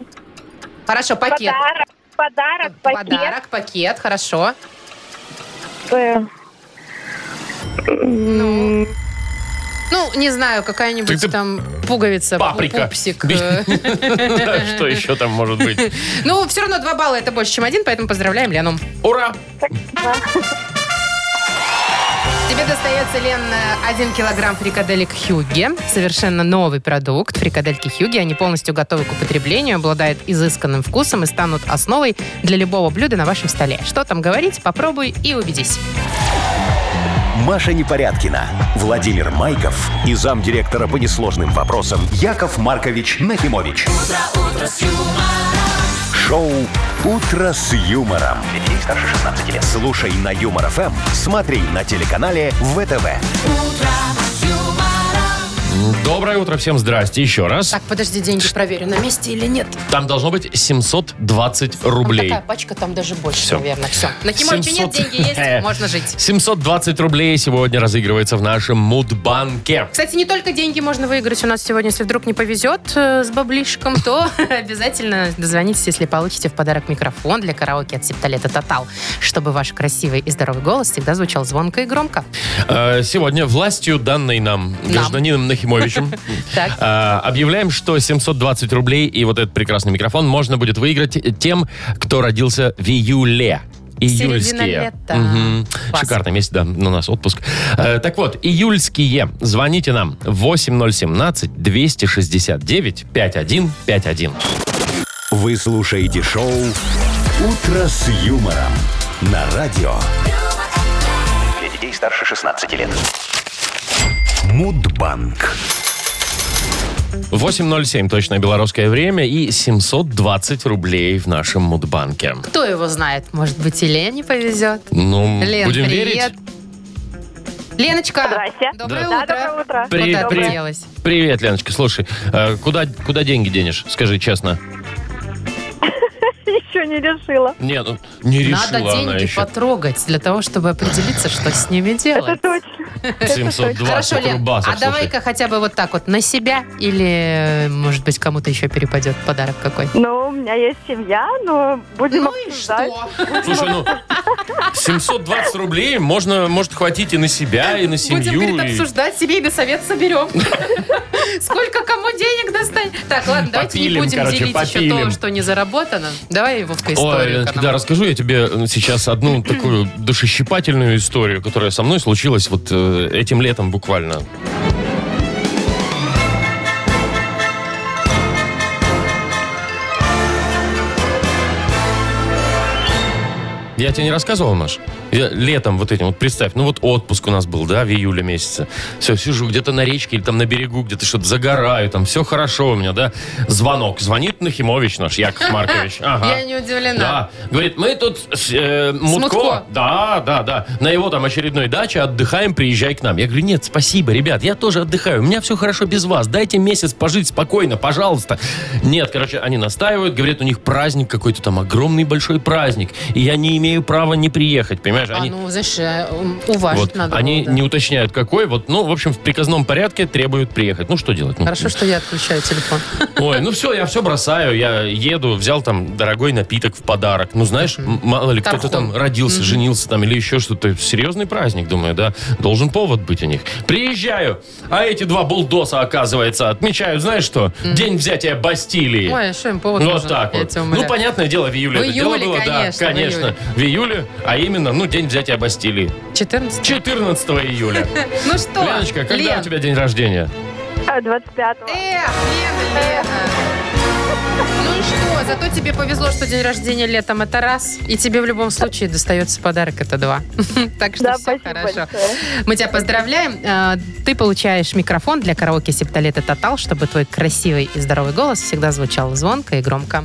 Speaker 3: Хорошо, пакет.
Speaker 5: Подарок. подарок, пакет.
Speaker 3: Подарок, пакет, хорошо.
Speaker 5: э,
Speaker 3: Ну, ну, не знаю, какая-нибудь
Speaker 2: Ты- ты-
Speaker 3: там пуговица,
Speaker 2: Паприка.
Speaker 3: пупсик. э.
Speaker 2: Да, Что еще там может быть?
Speaker 3: Ну, все равно два балла это больше, чем один, поэтому поздравляем Лену.
Speaker 2: Ура!
Speaker 3: Тебе достается, Лен, один килограмм фрикаделек Хьюги. Совершенно новый продукт. Фрикадельки Хьюги, они полностью готовы к употреблению, обладают изысканным вкусом и станут основой для любого блюда на вашем столе. Что там говорить, попробуй и убедись.
Speaker 1: Маша Непорядкина, Владимир Майков и замдиректора по несложным вопросам Яков Маркович Нахимович. Шоу Утро с юмором.
Speaker 4: Для детей старше 16 лет.
Speaker 1: Слушай на юмор ФМ, смотри на телеканале ВТВ.
Speaker 2: Доброе утро, всем здрасте еще раз.
Speaker 3: Так, подожди, деньги проверю, на месте или нет.
Speaker 2: Там должно быть 720
Speaker 3: Вот
Speaker 2: рублей.
Speaker 3: такая пачка там даже больше,
Speaker 2: Всё.
Speaker 3: наверное. Все. На Химовиче
Speaker 2: 700.
Speaker 3: нет, деньги есть, можно жить.
Speaker 2: 720 Э, рублей сегодня разыгрывается в нашем мудбанке.
Speaker 3: Кстати, не только деньги можно выиграть у нас сегодня, если вдруг не повезет э, с баблишком, то обязательно дозвонитесь, если получите в подарок микрофон для караоке от Септолета Тотал, чтобы ваш красивый и здоровый голос всегда звучал звонко и громко.
Speaker 2: Э, Сегодня властью, данной нам, гражданином Нахимовичем,
Speaker 3: Так.
Speaker 2: э, объявляем, что 720 рублей и вот этот прекрасный микрофон можно будет выиграть тем, кто родился в июле.
Speaker 3: Середина
Speaker 2: Июльские.
Speaker 3: лета.
Speaker 2: Мгм.
Speaker 3: Класс.
Speaker 2: Шикарный месяц, да, на нас отпуск. Э, так вот, июльские. Звоните нам 8017-269-5151.
Speaker 1: Вы слушаете шоу Утро с юмором на радио
Speaker 4: Для детей старше 16 лет.
Speaker 1: Мудбанк.
Speaker 2: 8.07 точное белорусское время и 720 рублей в нашем мудбанке.
Speaker 3: Кто его знает? Может быть, и Лене повезет?
Speaker 2: Ну,
Speaker 3: Лен,
Speaker 2: будем
Speaker 3: привет.
Speaker 2: верить.
Speaker 3: Леночка,
Speaker 5: Здрасте.
Speaker 3: доброе
Speaker 5: Да,
Speaker 3: утро.
Speaker 5: доброе утро.
Speaker 2: Привет,
Speaker 3: Куда
Speaker 2: привет.
Speaker 3: делась?
Speaker 2: Привет, Леночка. Слушай, э, куда, куда деньги денешь? Скажи честно.
Speaker 5: Еще не решила.
Speaker 2: Не, ну, не решила
Speaker 3: Надо
Speaker 2: она
Speaker 3: деньги
Speaker 2: еще.
Speaker 3: потрогать для того, чтобы определиться, что с ними
Speaker 5: Это
Speaker 3: делать.
Speaker 5: точно.
Speaker 2: 720
Speaker 3: Хорошо, Лен,
Speaker 2: рубасов,
Speaker 3: а
Speaker 2: Ну, слушай.
Speaker 3: давай-ка хотя бы вот так вот на себя или, может быть, кому-то еще перепадет подарок какой.
Speaker 5: Но Ну, у меня есть семья, но будем
Speaker 3: Ну и
Speaker 5: обсуждать.
Speaker 3: что?
Speaker 2: Слушай, ну, 720 рублей можно, может хватить и на себя, и на семью.
Speaker 3: Будем
Speaker 2: и-
Speaker 3: перед обсуждать, семейный совет соберем. Сколько кому денег достать? Так, ладно, давайте не
Speaker 2: Попилим,
Speaker 3: будем
Speaker 2: короче,
Speaker 3: делить еще
Speaker 2: попилим.
Speaker 3: то, что не заработано. Давай его в
Speaker 2: Ой,
Speaker 3: историю.
Speaker 2: Леночка, да, расскажу я тебе э, сейчас одну такую душещипательную историю, которая со мной случилась вот э, этим летом буквально. Я тебе не рассказывал, Маш? Я летом вот этим, вот представь, ну вот отпуск у нас был, да, в июле месяце. Все, сижу где-то на речке или там на берегу, где-то что-то загораю, там все хорошо у меня, да. Звонок. Звонит Нахимович наш, Яков Маркович. Ага.
Speaker 3: Я не удивлена.
Speaker 2: Да. Говорит, мы тут с, э, Мутко.
Speaker 3: Мутко.
Speaker 2: Да, да, да. На его там очередной даче отдыхаем, приезжай к нам. Я говорю, нет, спасибо, ребят, я тоже отдыхаю. У меня все хорошо без вас. Дайте месяц пожить спокойно, пожалуйста. Нет, короче, они настаивают. Говорят, у них праздник какой-то там, огромный большой праздник. И я не имею права не приехать, понимаешь?
Speaker 3: А
Speaker 2: Они-
Speaker 3: ну, знаешь, э, уважить
Speaker 2: вот,
Speaker 3: надо.
Speaker 2: они
Speaker 3: было, да.
Speaker 2: не уточняют, какой. Вот, ну, в общем, в приказном порядке требуют приехать. Ну, что делать? Ну,
Speaker 3: Хорошо, что я отключаю телефон.
Speaker 2: Ой, ну все, я все бросаю, я еду, взял там дорогой напиток в подарок. Ну знаешь, м- мало ли кто-то
Speaker 3: Тархун.
Speaker 2: там родился, женился там или еще что-то. Серьезный праздник, думаю, да. Должен повод быть у них. Приезжаю, а эти два булдоса, оказывается, отмечают, знаешь что? День взятия Бастилии.
Speaker 3: Ой, а что им повод
Speaker 2: Вот
Speaker 3: нужен?
Speaker 2: так
Speaker 3: Я
Speaker 2: вот.
Speaker 3: тебя
Speaker 2: Ну,
Speaker 3: умоляю.
Speaker 2: понятное дело, в июле
Speaker 3: В
Speaker 2: это дело
Speaker 3: июле,
Speaker 2: было,
Speaker 3: конечно,
Speaker 2: да,
Speaker 3: в
Speaker 2: конечно. В июле, а именно, ну, день взятия Бастилии.
Speaker 3: 14.
Speaker 2: 14 июля.
Speaker 3: Ну что,
Speaker 2: Леночка, когда
Speaker 3: Лен?
Speaker 2: у тебя день рождения?
Speaker 5: А, 25-го.
Speaker 3: Эх, Лена, Лена. Ну и что, зато тебе повезло, что день рождения летом это раз, и тебе в любом случае достается подарок это два. Так что
Speaker 5: Да,
Speaker 3: все
Speaker 5: спасибо
Speaker 3: хорошо.
Speaker 5: большое.
Speaker 3: Мы тебя поздравляем. Э, Ты получаешь микрофон для караоке Септолета Тотал, чтобы твой красивый и здоровый голос всегда звучал звонко и громко.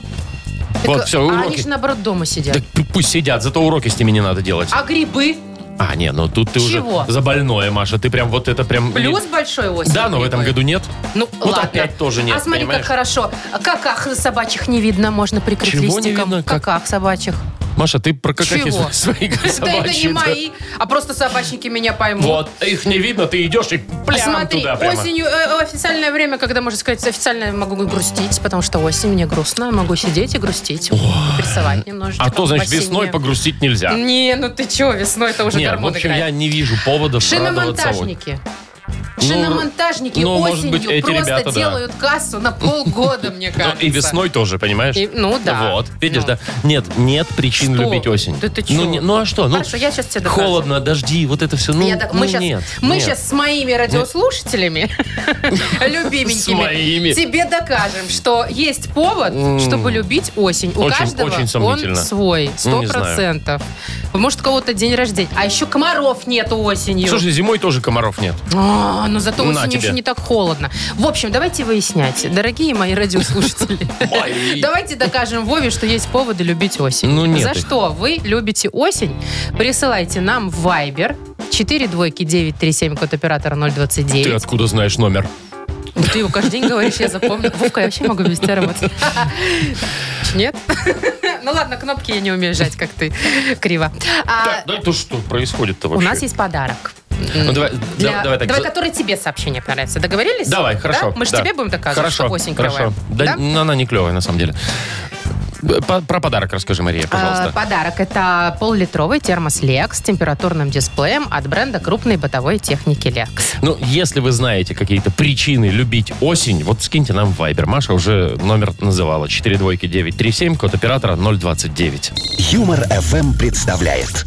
Speaker 3: Так,
Speaker 2: вот, все,
Speaker 3: А они
Speaker 2: уроки.
Speaker 3: же, наоборот, дома сидят.
Speaker 2: Так пу- пусть сидят, зато уроки с ними не надо делать.
Speaker 3: А грибы?
Speaker 2: А, не, ну тут ты
Speaker 3: Чего?
Speaker 2: уже за больное, Маша. Ты прям вот это прям...
Speaker 3: Плюс большой осень.
Speaker 2: Да, но в этом
Speaker 3: грибы.
Speaker 2: году нет.
Speaker 3: Ну,
Speaker 2: Вот
Speaker 3: ладно.
Speaker 2: опять тоже нет,
Speaker 3: А смотри,
Speaker 2: понимаешь?
Speaker 3: как хорошо. А Каках собачьих не видно, можно прикрыть
Speaker 2: Чего не
Speaker 3: листиком.
Speaker 2: видно? Как-
Speaker 3: Каках собачьих.
Speaker 2: Маша, ты про какие
Speaker 3: Чего?
Speaker 2: свои
Speaker 3: Да это
Speaker 2: собачьи,
Speaker 3: не
Speaker 2: да?
Speaker 3: мои, а просто собачники меня поймут.
Speaker 2: Вот, их не видно, ты идешь и плям
Speaker 3: Смотри,
Speaker 2: туда прямо.
Speaker 3: осенью э, официальное время, когда можно сказать, официально я могу грустить, потому что осень мне грустно, могу сидеть и грустить, рисовать немножечко.
Speaker 2: А то, значит,
Speaker 3: по
Speaker 2: весной
Speaker 3: синим.
Speaker 2: погрустить нельзя.
Speaker 3: Не, ну ты чего, весной это уже
Speaker 2: Нет, в
Speaker 3: гормоны
Speaker 2: общем, я
Speaker 3: играют.
Speaker 2: не вижу поводов радоваться. вот.
Speaker 3: Шиномонтажники. Шиномонтажники
Speaker 2: ну, может
Speaker 3: осенью
Speaker 2: быть, эти
Speaker 3: просто
Speaker 2: ребята, да.
Speaker 3: делают кассу на полгода, мне
Speaker 2: Ну,
Speaker 3: кажется.
Speaker 2: и весной тоже, понимаешь?
Speaker 3: И- ну да.
Speaker 2: Вот, видишь,
Speaker 3: Ну.
Speaker 2: да? Нет, нет причин
Speaker 3: Что?
Speaker 2: любить осень.
Speaker 3: Да ты
Speaker 2: ну,
Speaker 3: чё?
Speaker 2: не- ну а что? Ну,
Speaker 3: Хорошо, я щас тебе докажу.
Speaker 2: Холодно, дожди, вот это все. Ну,
Speaker 3: Я так- мы
Speaker 2: ну,
Speaker 3: сейчас,
Speaker 2: нет.
Speaker 3: мы
Speaker 2: нет.
Speaker 3: сейчас с моими радиослушателями, любименькими,
Speaker 2: С моими.
Speaker 3: тебе докажем, что есть повод, чтобы любить осень. У
Speaker 2: Очень-
Speaker 3: каждого
Speaker 2: очень сомнительно.
Speaker 3: он свой,
Speaker 2: Ну,
Speaker 3: сто
Speaker 2: не знаю.
Speaker 3: процентов. Может, у кого-то день рождения. А еще комаров нету осенью.
Speaker 2: Слушай, зимой тоже комаров нет.
Speaker 3: А, ну зато
Speaker 2: На
Speaker 3: осенью
Speaker 2: тебе.
Speaker 3: еще не так холодно. В общем, давайте выяснять, дорогие мои радиослушатели.
Speaker 2: Ой.
Speaker 3: Давайте докажем Вове, что есть поводы любить осень.
Speaker 2: Ну, нет
Speaker 3: За
Speaker 2: их.
Speaker 3: что вы любите осень? Присылайте нам в Viber 4 двойки 937 код оператора
Speaker 2: Ты
Speaker 3: 029.
Speaker 2: откуда знаешь номер?
Speaker 3: Ну, Ты его каждый день говоришь, я запомню. Вовка, я вообще могу без тебя работать. Нет? Ну ладно, кнопки я не умею жать, как ты. Криво. А,
Speaker 2: Так, да это что происходит-то
Speaker 3: у
Speaker 2: вообще?
Speaker 3: нас есть подарок.
Speaker 2: Ну, давай, да-
Speaker 3: Для-
Speaker 2: давай так. за-
Speaker 3: который тебе сообщение понравится. Договорились?
Speaker 2: Давай,
Speaker 3: Да?
Speaker 2: хорошо.
Speaker 3: Мы же
Speaker 2: да.
Speaker 3: тебе будем доказывать,
Speaker 2: хорошо,
Speaker 3: что осень
Speaker 2: хорошо.
Speaker 3: клевая.
Speaker 2: Да,
Speaker 3: Да?
Speaker 2: ну, она не клевая, на самом деле. По- Про подарок расскажи, Мария,
Speaker 3: Э,
Speaker 2: пожалуйста.
Speaker 3: Подарок – это полулитровый термос Lex с температурным дисплеем от бренда крупной бытовой техники Lex.
Speaker 2: Ну, если вы знаете какие-то причины любить осень, вот скиньте нам в Viber. Маша уже номер называла. 4 двойки 937, код оператора 029.
Speaker 1: Юмор FM представляет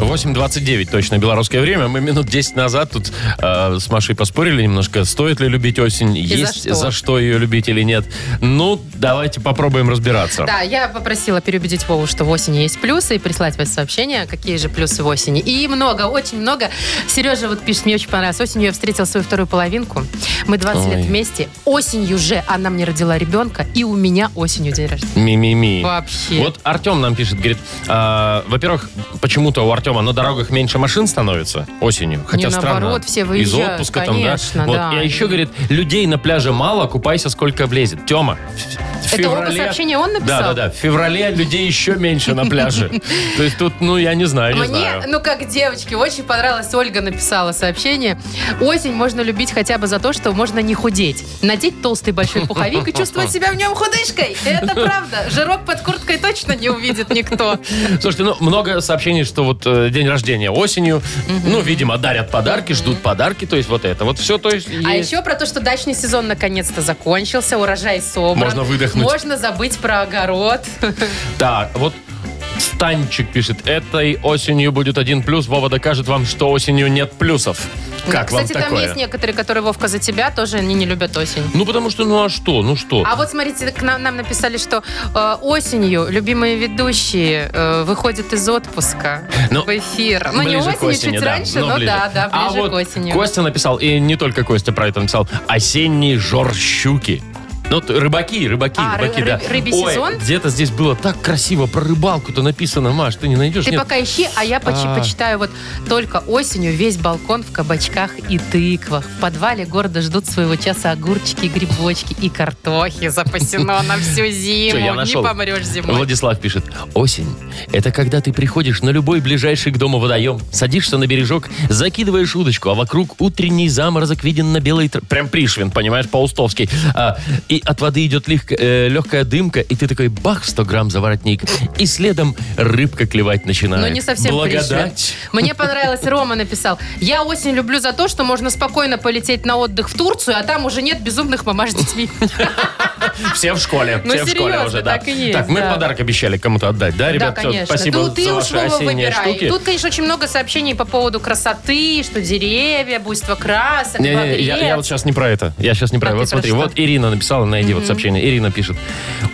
Speaker 2: 8.29 точно белорусское время. Мы минут 10 назад тут э, с Машей поспорили немножко, стоит ли любить осень,
Speaker 3: за
Speaker 2: есть
Speaker 3: что?
Speaker 2: за что ее любить или нет. Ну, давайте попробуем разбираться.
Speaker 3: Да, я попросила переубедить Вову, что в осени есть плюсы, и прислать вам сообщение, какие же плюсы в осени. И много, очень много. Сережа вот пишет, мне очень понравилось. Осенью я встретила свою вторую половинку. Мы 20
Speaker 2: Ой.
Speaker 3: лет вместе. Осенью же она мне родила ребенка, и у меня осенью день рождения.
Speaker 2: Ми-ми-ми.
Speaker 3: Вообще.
Speaker 2: Вот Артем нам пишет, говорит, а, во-первых, почему-то у Артема на дорогах меньше машин становится осенью. Хотя
Speaker 3: Не,
Speaker 2: странно.
Speaker 3: наоборот, все
Speaker 2: Из
Speaker 3: выезжают,
Speaker 2: отпуска
Speaker 3: конечно,
Speaker 2: там, да?
Speaker 3: да.
Speaker 2: Вот. И еще, говорит, людей на пляже мало, купайся сколько влезет. Тема, в- в
Speaker 3: Это оба сообщения он написал?
Speaker 2: Да-да-да, в феврале людей еще меньше на пляже. То есть тут, ну, я не знаю, не
Speaker 3: Мне,
Speaker 2: знаю.
Speaker 3: ну как девочке, очень понравилось. Ольга написала сообщение. Осень можно любить хотя бы за то, что можно не худеть. Надеть толстый большой пуховик и чувствовать себя в нем худышкой. Это правда. Жирок под курткой точно не увидит никто.
Speaker 2: Слушайте, ну, много сообщений, что вот э, день рождения осенью. Ну, видимо, дарят подарки, ждут подарки. То есть вот это вот все, то есть
Speaker 3: А
Speaker 2: есть.
Speaker 3: еще про то, что дачный сезон наконец-то закончился, урожай собран.
Speaker 2: Можно выдохнуть.
Speaker 3: Можно забыть про огород.
Speaker 2: Так, вот Станчик пишет, этой осенью будет один плюс. Вова докажет вам, что осенью нет плюсов. Как вам
Speaker 3: Ну, Кстати, там
Speaker 2: такое?
Speaker 3: есть некоторые, которые, Вовка, за тебя, тоже они не любят осень.
Speaker 2: Ну, потому что, ну а что, ну что?
Speaker 3: А вот смотрите, к нам, нам написали, что э, осенью любимые ведущие э, выходят из отпуска
Speaker 2: Ну,
Speaker 3: в эфир. Ну, не
Speaker 2: Ближе
Speaker 3: осенью,
Speaker 2: к осени,
Speaker 3: чуть
Speaker 2: да,
Speaker 3: раньше,
Speaker 2: но
Speaker 3: но,
Speaker 2: ближе.
Speaker 3: да, да,
Speaker 2: а
Speaker 3: ближе
Speaker 2: вот
Speaker 3: к осени.
Speaker 2: Костя написал, и не только Костя про это написал, осенний жор щуки. Ну, вот рыбаки, рыбаки,
Speaker 3: А, ры-
Speaker 2: рыбаки, да.
Speaker 3: ры- рыбий
Speaker 2: Ой,
Speaker 3: сезон?
Speaker 2: где-то здесь было так красиво про рыбалку-то написано, Маш, ты не найдешь?
Speaker 3: Ты
Speaker 2: Нет?
Speaker 3: пока ищи, а я почи-
Speaker 2: А.
Speaker 3: почитаю вот только осенью весь балкон в кабачках и тыквах. В подвале города ждут своего часа огурчики, грибочки и картохи. Запасено на
Speaker 2: Всё,
Speaker 3: всю
Speaker 2: я
Speaker 3: зиму. Не
Speaker 2: нашел.
Speaker 3: помрешь зимой.
Speaker 2: Владислав пишет, осень – это когда ты приходишь на любой ближайший к дому водоем, садишься на бережок, закидываешь удочку, а вокруг утренний заморозок виден на белой тр- Прям Пришвин, понимаешь, по-устовски. А, и от воды идет легк- э, легкая дымка, и ты такой бах, 100 грамм за воротник, и следом рыбка клевать начинает.
Speaker 3: Но Ну, не совсем
Speaker 2: Благодать.
Speaker 3: Пришвин. Мне понравилось, Рома написал. Я осень люблю за то, что можно спокойно полететь на отдых в Турцию, а там уже нет безумных мамаш с детьми.
Speaker 2: Все в школе,
Speaker 3: Ну,
Speaker 2: все в школе
Speaker 3: серьезно,
Speaker 2: уже, да.
Speaker 3: так и есть,
Speaker 2: так, мы
Speaker 3: да.
Speaker 2: подарок обещали кому-то отдать, да, ребят?
Speaker 3: да,
Speaker 2: Всё,
Speaker 3: конечно.
Speaker 2: спасибо
Speaker 3: Тут ты
Speaker 2: за
Speaker 3: уж
Speaker 2: ваши
Speaker 3: Вова
Speaker 2: осенние
Speaker 3: выбирай.
Speaker 2: штуки.
Speaker 3: Тут, конечно, очень много сообщений по поводу красоты, что деревья, буйство красок,
Speaker 2: Не, не, я, я
Speaker 3: багрец.
Speaker 2: вот сейчас не про это. Я сейчас не про
Speaker 3: А
Speaker 2: это.
Speaker 3: ты
Speaker 2: Вот
Speaker 3: про
Speaker 2: смотри,
Speaker 3: что?
Speaker 2: вот Ирина написала, найди вот сообщение. Ирина пишет.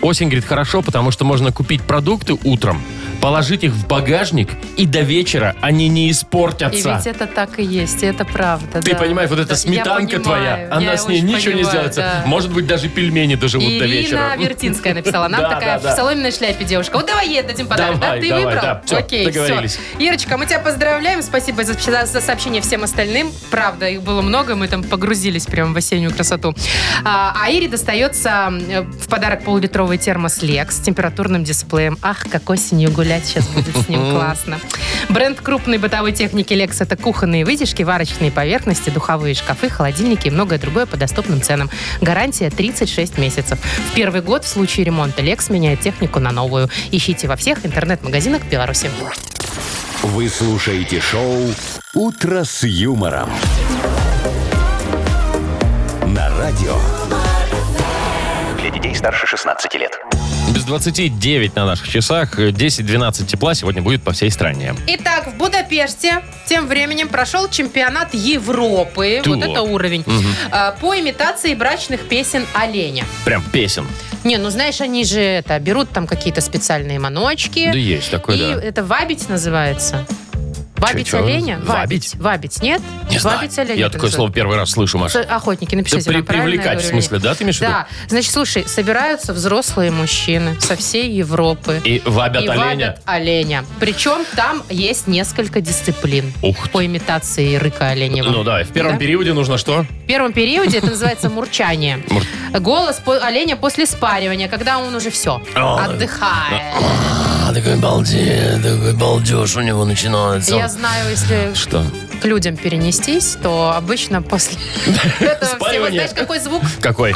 Speaker 2: Осень, говорит, хорошо, потому что можно купить продукты утром, положить их в багажник, и до вечера они не
Speaker 3: И
Speaker 2: испортятся.
Speaker 3: ведь это так и есть, и это правда.
Speaker 2: Ты
Speaker 3: да.
Speaker 2: понимаешь, вот эта
Speaker 3: Да, я
Speaker 2: сметанка
Speaker 3: понимаю,
Speaker 2: твоя,
Speaker 3: я
Speaker 2: она с ней
Speaker 3: очень
Speaker 2: ничего не
Speaker 3: понимаю,
Speaker 2: сделается.
Speaker 3: да.
Speaker 2: Может быть, даже пельмени доживут до вечера.
Speaker 3: Ирина Вертинская написала. Нам
Speaker 2: Да,
Speaker 3: такая
Speaker 2: да, да.
Speaker 3: в соломенной шляпе девушка. Вот давай ей дадим подарок,
Speaker 2: Давай,
Speaker 3: да? Ты
Speaker 2: давай,
Speaker 3: выбрал?
Speaker 2: да. Всё,
Speaker 3: Окей, всё.
Speaker 2: договорились.
Speaker 3: Ирочка, мы тебя поздравляем. Спасибо за, за- за сообщение всем остальным. Правда, их было много. Мы там погрузились прямо в осеннюю красоту. А, а Ире достается э, в подарок полулитровый термос Lex с температурным дисплеем. Ах, как осенью гулять сейчас будет с ним. Классно. Бренд крупной бытовой техники Lex – это кухонные вытяжки, варочные поверхности, духовые шкафы, холодильники и многое другое по доступным ценам. Гарантия 36 месяцев. В первый год в случае ремонта Lex меняет технику на новую. Ищите во всех интернет-магазинах Беларуси.
Speaker 1: Вы слушаете шоу «Утро с юмором». На радио.
Speaker 4: Для детей старше 16 лет.
Speaker 2: Без 29 на наших часах, 10-12 тепла сегодня будет по всей стране.
Speaker 3: Итак, в Будапеште тем временем прошел чемпионат Европы.
Speaker 2: Так.
Speaker 3: Вот это уровень. А, По имитации брачных песен оленя.
Speaker 2: Прям песен.
Speaker 3: Не, ну знаешь, они же это берут там какие-то специальные маночки.
Speaker 2: Да есть такое,
Speaker 3: и
Speaker 2: да.
Speaker 3: это вабить называется. Вабить
Speaker 2: чё?
Speaker 3: оленя?
Speaker 2: Вабить?
Speaker 3: Вабить. Вабить, нет?
Speaker 2: Не знаю.
Speaker 3: вабить оленя.
Speaker 2: Я
Speaker 3: это
Speaker 2: такое
Speaker 3: называется.
Speaker 2: слово первый раз слышу, Маша.
Speaker 3: С- Охотники, напишите
Speaker 2: Да
Speaker 3: нам,
Speaker 2: при-
Speaker 3: правильно я
Speaker 2: привлекать,
Speaker 3: говорю
Speaker 2: в смысле,
Speaker 3: или нет.
Speaker 2: да, ты имеешь в виду?
Speaker 3: Да. Значит, слушай, собираются взрослые мужчины со всей Европы.
Speaker 2: И вабят
Speaker 3: И
Speaker 2: оленя.
Speaker 3: вабят оленя. Причем там есть несколько дисциплин
Speaker 2: Ух ты.
Speaker 3: по имитации рыка оленева.
Speaker 2: Ну да, в первом
Speaker 3: Да?
Speaker 2: периоде нужно что?
Speaker 3: В первом периоде это называется мурчание.
Speaker 2: Мур-
Speaker 3: Голос по- оленя после спаривания, когда он уже все,
Speaker 2: А.
Speaker 3: отдыхает.
Speaker 2: А, такой балдеж, такой балдеж у него начинается.
Speaker 3: Я знаю, если
Speaker 2: Что?
Speaker 3: к людям перенестись, то обычно после этого всего,
Speaker 2: Спаривания.
Speaker 3: знаешь, какой звук?
Speaker 2: Какой?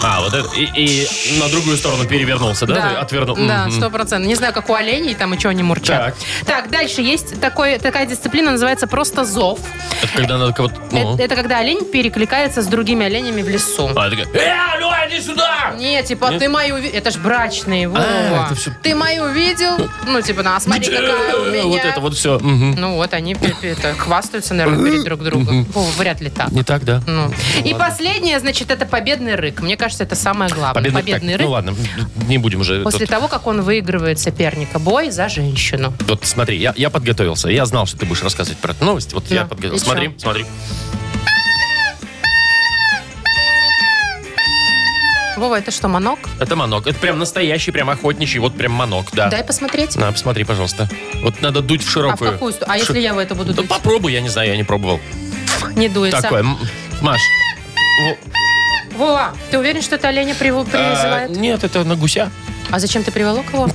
Speaker 2: А, вот это. И, и на другую сторону перевернулся, да? Ты Отвернул.
Speaker 3: Да,
Speaker 2: Мгм.
Speaker 3: сто процентов. Не знаю, как у оленей там и что они мурчат. Так, дальше есть такой, такая дисциплина, называется просто зов.
Speaker 2: Это когда надо кого-то... ну.
Speaker 3: Это, это когда олень перекликается с другими оленями в лесу.
Speaker 2: А, такая, «Э, Лёня, иди сюда!
Speaker 3: Не, типа,
Speaker 2: Нет? А,
Speaker 3: ты мою... ви- Это ж брачные, Вова.
Speaker 2: это всё-
Speaker 3: Ты мою видел? Ну, типа, на, смотри, какая у меня.
Speaker 2: Вот это вот все.
Speaker 3: Ну вот, они пе- пе- это, хвастаются, наверное, перед друг другом. Вова, вряд ли так.
Speaker 2: Не так, да?
Speaker 3: Ну. И последнее, значит, это победный рык. Мне кажется, это самое главное.
Speaker 2: Победный,
Speaker 3: Победный,
Speaker 2: так,
Speaker 3: рык.
Speaker 2: Ну ладно, не будем уже.
Speaker 3: После
Speaker 2: тут-
Speaker 3: того, как он выигрывает соперника, бой за женщину.
Speaker 2: Вот смотри, я, я подготовился. Я знал, что ты будешь рассказывать про эту новость. Вот я
Speaker 3: Ну,
Speaker 2: подготовился.
Speaker 3: и
Speaker 2: Смотри, смотри.
Speaker 3: Вова, это что, манок?
Speaker 2: Это манок. Это прям настоящий, прям охотничий. Вот прям манок, да.
Speaker 3: Дай посмотреть.
Speaker 2: На, посмотри, пожалуйста. Вот надо дуть в
Speaker 3: а в
Speaker 2: широкую.
Speaker 3: какую сторону? А
Speaker 2: Ши-
Speaker 3: если я в это буду
Speaker 2: Да
Speaker 3: дуть?
Speaker 2: попробуй, я не знаю, я не пробовал.
Speaker 3: Не дуется.
Speaker 2: Такое. м, Маш. во-
Speaker 3: Вова, ты уверен, что это оленя прив-
Speaker 2: а,
Speaker 3: призывает?
Speaker 2: нет, это на гуся.
Speaker 3: А зачем ты приволок его?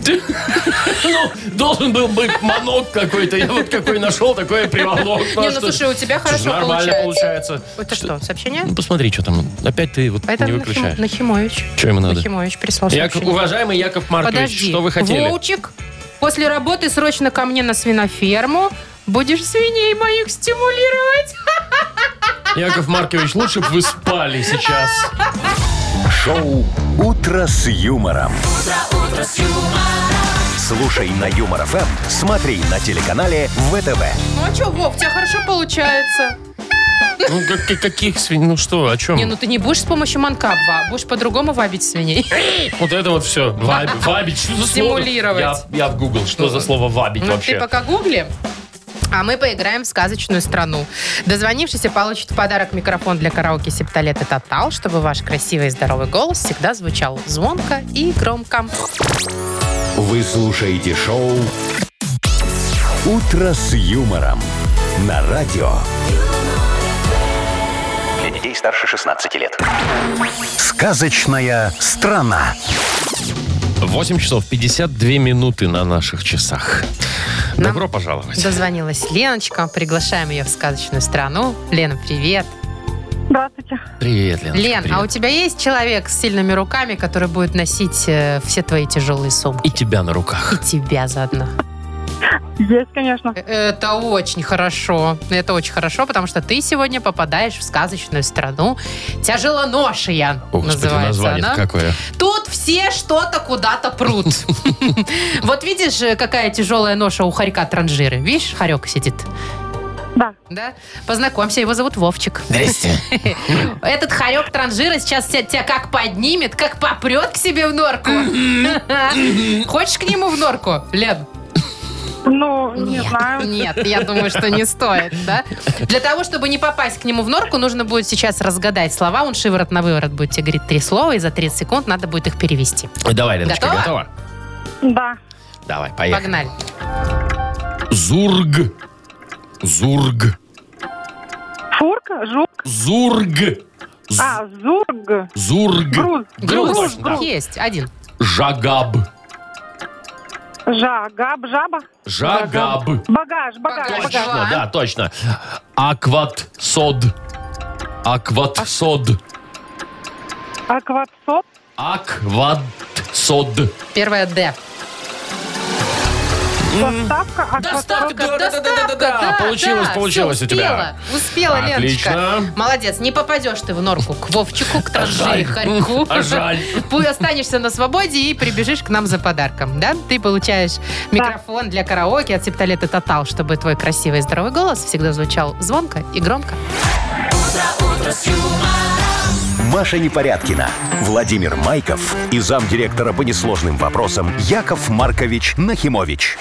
Speaker 2: Ну, должен был быть манок какой-то. Я вот какой нашел, такое приволок.
Speaker 3: Не, ну
Speaker 2: что-
Speaker 3: слушай, у тебя
Speaker 2: что ж,
Speaker 3: хорошо
Speaker 2: Нормально
Speaker 3: получается.
Speaker 2: получается.
Speaker 3: Это что, сообщение?
Speaker 2: Ну, посмотри, что там. Опять ты вот
Speaker 3: Это
Speaker 2: не
Speaker 3: Нахим-
Speaker 2: выключаешь.
Speaker 3: Нахимович.
Speaker 2: Что ему надо?
Speaker 3: Нахимович прислал
Speaker 2: Яков-
Speaker 3: сообщение.
Speaker 2: уважаемый Яков Маркович,
Speaker 3: Подожди.
Speaker 2: что вы хотели?
Speaker 3: Вовчик, после работы срочно ко мне на свиноферму. Будешь свиней моих стимулировать.
Speaker 2: Яков Маркович, лучше бы вы спали сейчас.
Speaker 1: Шоу «Утро с юмором». Слушай на Юмор ФМ, смотри на телеканале ВТВ.
Speaker 3: Ну а что, Вов, у тебя хорошо получается.
Speaker 2: Ну, как- как- каких свиней? Ну что, о чем?
Speaker 3: Не, ну ты не будешь с помощью манка обва- будешь по-другому вабить свиней.
Speaker 2: Вот это вот все. Вабить. Что за слово?
Speaker 3: Стимулировать.
Speaker 2: Я, я в Google. Что за слово вабить
Speaker 3: Ну
Speaker 2: вообще?
Speaker 3: ты пока гугли. А мы поиграем в сказочную страну. Дозвонившийся получит в подарок микрофон для караоке Септолет и Тотал, чтобы ваш красивый и здоровый голос всегда звучал звонко и громко.
Speaker 1: Вы слушаете шоу «Утро с юмором» на радио.
Speaker 4: Для детей старше 16 лет.
Speaker 1: Сказочная страна.
Speaker 2: 8 часов 52 минуты на наших часах.
Speaker 3: Нам-
Speaker 2: Добро пожаловать.
Speaker 3: Дозвонилась Леночка. Приглашаем ее в сказочную страну. Лена, привет.
Speaker 5: Здравствуйте.
Speaker 2: Привет, Леночка,
Speaker 3: Лен,
Speaker 2: привет.
Speaker 3: а у тебя есть человек с сильными руками, который будет носить э, все твои тяжелые сумки?
Speaker 2: И тебя на руках.
Speaker 3: И тебя заодно.
Speaker 5: Есть, конечно.
Speaker 3: Э, Это очень хорошо. Это очень хорошо, потому что ты сегодня попадаешь в сказочную страну. Тяжелоношия
Speaker 2: О, господи,
Speaker 3: называется
Speaker 2: название
Speaker 3: она.
Speaker 2: какое.
Speaker 3: Тут все что-то куда-то прут. Вот видишь, э, какая тяжелая ноша у хорька транжиры. Видишь, хорек сидит.
Speaker 5: Да.
Speaker 3: Да? Познакомься, его зовут Вовчик. Этот хорек транжира сейчас тебя, тебя как поднимет, как попрет к себе в норку. Хочешь к нему в норку, Лен?
Speaker 5: Ну, не знаю.
Speaker 3: Нет, я думаю, что не стоит, да? Для того, чтобы не попасть к нему в норку, нужно будет сейчас разгадать слова. Он шиворот на выворот будет тебе говорить три слова, и за 30 секунд надо будет их перевести.
Speaker 2: Давай, Леночка,
Speaker 3: Готова?
Speaker 2: готова?
Speaker 5: Да.
Speaker 2: Давай, поехали.
Speaker 3: Погнали.
Speaker 2: Зург. Зург.
Speaker 5: Фурка, жук.
Speaker 2: Зург. З-
Speaker 5: А, зург.
Speaker 2: Зург.
Speaker 5: Груз.
Speaker 2: Груз,
Speaker 3: Груз.
Speaker 2: да.
Speaker 3: Есть. Один.
Speaker 2: Жагаб.
Speaker 5: Жагаб, жаба.
Speaker 2: Жагаб.
Speaker 5: Багаж,
Speaker 3: Багаж.
Speaker 5: багаж, багаж.
Speaker 2: Точно, да, точно. Акватсод. Акватсод.
Speaker 5: Акватсот.
Speaker 2: Акватсод.
Speaker 3: Первое Д.
Speaker 5: Доставка. Акватсот.
Speaker 2: да, да, да, да, да, да, да. Получилось,
Speaker 3: да,
Speaker 2: получилось
Speaker 3: всё,
Speaker 2: у тебя.
Speaker 3: Успела, успела
Speaker 2: Отлично. А
Speaker 3: Леночка. Молодец, не попадешь ты в норку к Вовчику, к Тажи,
Speaker 2: жаль.
Speaker 3: к Харьку.
Speaker 2: А жаль.
Speaker 3: Пу- Останешься на свободе и прибежишь к нам за подарком, да? Ты получаешь микрофон для караоке от Септолета Тотал, чтобы твой красивый и здоровый голос всегда звучал звонко и громко.
Speaker 1: Маша Непорядкина, Владимир Майков и замдиректора по несложным вопросам Яков Маркович Нахимович.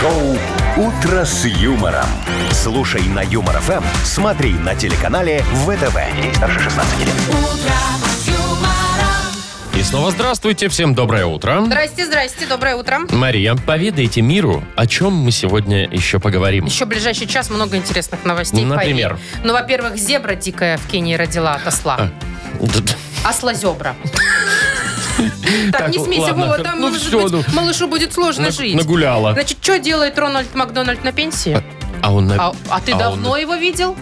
Speaker 1: Шоу «Утро с юмором». Слушай на Юмор ФМ, смотри на телеканале ВТВ. Здесь старше 16 лет.
Speaker 2: И снова здравствуйте, всем доброе утро.
Speaker 3: Здрасте, здрасте, доброе утро.
Speaker 2: Мария, поведайте миру, о чем мы сегодня еще поговорим.
Speaker 3: Еще в ближайший час много интересных новостей.
Speaker 2: Например? А.
Speaker 3: Поверь. Ну, во-первых, зебра дикая в Кении родила от осла.
Speaker 2: Д-д.
Speaker 3: Осла зебра. Так, не
Speaker 2: л-
Speaker 3: смейся,
Speaker 2: ладно,
Speaker 3: Вова,
Speaker 2: хор-
Speaker 3: там,
Speaker 2: ну
Speaker 3: может
Speaker 2: всё,
Speaker 3: быть,
Speaker 2: ну. А.
Speaker 3: малышу будет сложно
Speaker 2: Наг-
Speaker 3: жить.
Speaker 2: Нагуляла.
Speaker 3: Значит, что делает Рональд Макдональд на пенсии?
Speaker 2: А он на...
Speaker 3: А, а ты
Speaker 2: а он
Speaker 3: давно
Speaker 2: на-
Speaker 3: его видел?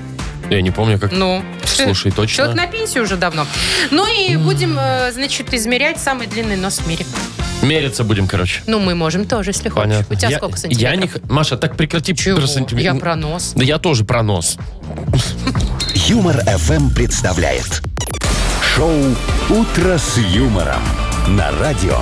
Speaker 2: Я не помню, как...
Speaker 3: Ну.
Speaker 2: Слушай, точно?
Speaker 3: Человек на пенсии уже давно. Ну и будем, э, значит, измерять самый длинный нос в мире.
Speaker 2: Мериться будем, короче.
Speaker 3: Ну, мы можем тоже, если хочешь.
Speaker 2: Понятно.
Speaker 3: У тебя
Speaker 2: Я-
Speaker 3: сколько
Speaker 2: Я не...
Speaker 3: сантиметров?
Speaker 2: х- Маша, так прекрати
Speaker 3: Чего?
Speaker 2: про сантиметр.
Speaker 3: Я про нос.
Speaker 2: Да я тоже про нос.
Speaker 1: Юмор ФМ представляет. Шоу «Утро с юмором» на радио.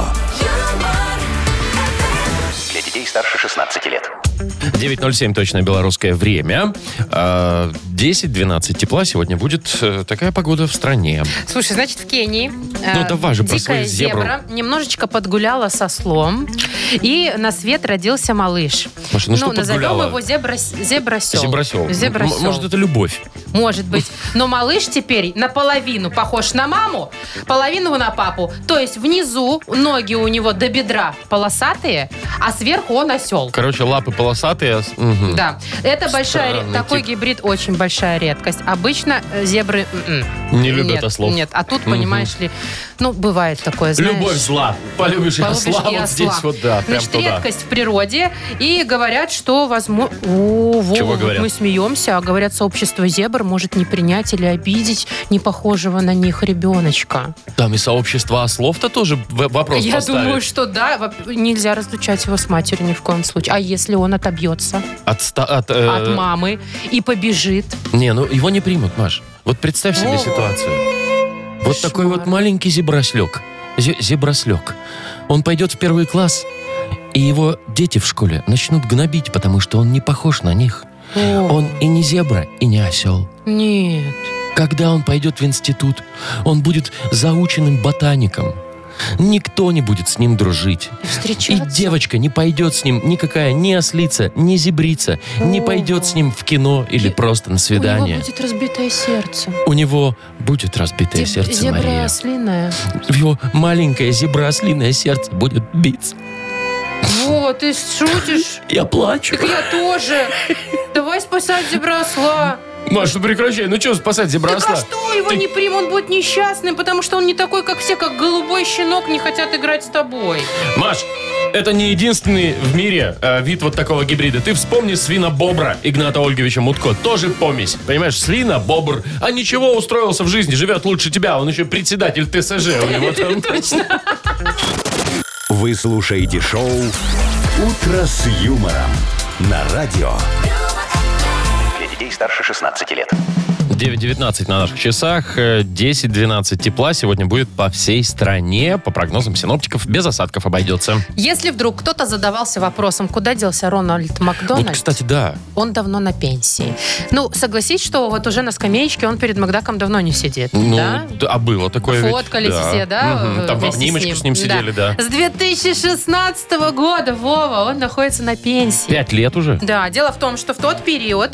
Speaker 4: Для детей старше 16 лет.
Speaker 2: 9.07 точное белорусское время. А, 10-12 тепла сегодня будет. э, Такая погода в стране.
Speaker 3: Слушай, значит, в Кении э,
Speaker 2: Ну, давай же про
Speaker 3: дикая
Speaker 2: свою зебру.
Speaker 3: зебра немножечко подгуляла со слом, и на свет родился малыш.
Speaker 2: Маша, ну что
Speaker 3: назовем
Speaker 2: подгуляла?
Speaker 3: его зебра, зебрасел.
Speaker 2: Зебрасел.
Speaker 3: Зебрасел.
Speaker 2: М- Может, это любовь.
Speaker 3: Может быть. Но малыш теперь наполовину похож на маму, половину на папу. То есть внизу ноги у него до бедра полосатые, а сверху он осел.
Speaker 2: Короче, лапы полосатые. а с- мгм.
Speaker 3: Да, это большая ре-
Speaker 2: Странный
Speaker 3: такой
Speaker 2: тип.
Speaker 3: гибрид очень большая редкость. Обычно э, зебры м-м,
Speaker 2: Не любят
Speaker 3: нет,
Speaker 2: ослов.
Speaker 3: Нет, а тут понимаешь ли, ну бывает такое. Знаешь,
Speaker 2: Любовь зла. Полюбишь и
Speaker 3: Полубишь
Speaker 2: осла
Speaker 3: и
Speaker 2: вот
Speaker 3: осла.
Speaker 2: здесь вот, да, прям
Speaker 3: Значит,
Speaker 2: туда.
Speaker 3: редкость в природе. И говорят, что возможно... О, Вова,
Speaker 2: Чего
Speaker 3: вот
Speaker 2: говорят?
Speaker 3: мы смеемся, а говорят, сообщество зебр может не принять или обидеть непохожего на них ребеночка.
Speaker 2: Там и сообщество ослов-то тоже в- вопрос
Speaker 3: Я
Speaker 2: поставит.
Speaker 3: думаю, что да, во- нельзя разлучать его с матерью ни в коем случае. А если он отобьется
Speaker 2: От, ста- от, э,
Speaker 3: от мамы и побежит?
Speaker 2: Не, ну его не примут, Маш. Вот представь себе
Speaker 3: О.
Speaker 2: ситуацию. Вот
Speaker 3: Кошмар.
Speaker 2: такой вот маленький зебраслек. Зе- зебраслек. Он пойдет в первый класс, и его дети в школе начнут гнобить, потому что он не похож на них.
Speaker 3: О,
Speaker 2: Он и не зебра, и не осел.
Speaker 3: Нет.
Speaker 2: Когда он пойдет в институт, он будет заученным ботаником. Никто не будет с ним дружить. И
Speaker 3: Встречаться.
Speaker 2: девочка не пойдет с ним никакая ни ослица, ни зебрица, не
Speaker 3: О.
Speaker 2: пойдет с ним в кино или
Speaker 3: И
Speaker 2: просто на
Speaker 3: У него
Speaker 2: свидание.
Speaker 3: будет разбитое сердце.
Speaker 2: У него будет разбитое
Speaker 3: Деб-
Speaker 2: сердце,
Speaker 3: зебра
Speaker 2: Мария.
Speaker 3: ослиная.
Speaker 2: Его маленькое зебра-ослиное сердце будет биться.
Speaker 3: Вот, ты шутишь?
Speaker 2: Я плачу.
Speaker 3: Так я тоже. Давай спасать зебра-осла.
Speaker 2: Маш, ну прекращай. Ну что спасать
Speaker 3: Так а
Speaker 2: зебра-осла?
Speaker 3: что, его не примут, он будет несчастным, потому что он не такой, как все, как голубой щенок, не хотят играть с тобой.
Speaker 2: Маш, это не единственный в мире э, вид вот такого гибрида. Ты вспомни свинобобра Игната Ольговича Мутко. Тоже помесь. Понимаешь, свинобобр. А ничего, устроился в жизни, живет лучше тебя. Он еще председатель ТСЖ. У него там...
Speaker 1: Вы слушаете шоу «Утро с юмором» на радио.
Speaker 4: Для детей старше 16 лет.
Speaker 2: 9.19 на наших часах, э, 10-12 тепла сегодня будет по всей стране. По прогнозам синоптиков, без осадков обойдется.
Speaker 3: Если вдруг кто-то задавался вопросом, куда делся Рональд Макдональд,
Speaker 2: Вот, кстати, да.
Speaker 3: он давно на пенсии. Ну, согласись, что вот уже на скамеечке он перед Макдаком давно не сидит,
Speaker 2: Ну,
Speaker 3: да?
Speaker 2: д- а было такое ведь.
Speaker 3: Фоткались все, да?
Speaker 2: Мгм.
Speaker 3: э,
Speaker 2: Там в
Speaker 3: вместе
Speaker 2: обнимочку с ним, сидели, да.
Speaker 3: С 2016 года, Вова, он находится на пенсии.
Speaker 2: Пять лет уже.
Speaker 3: Да, дело в том, что в тот период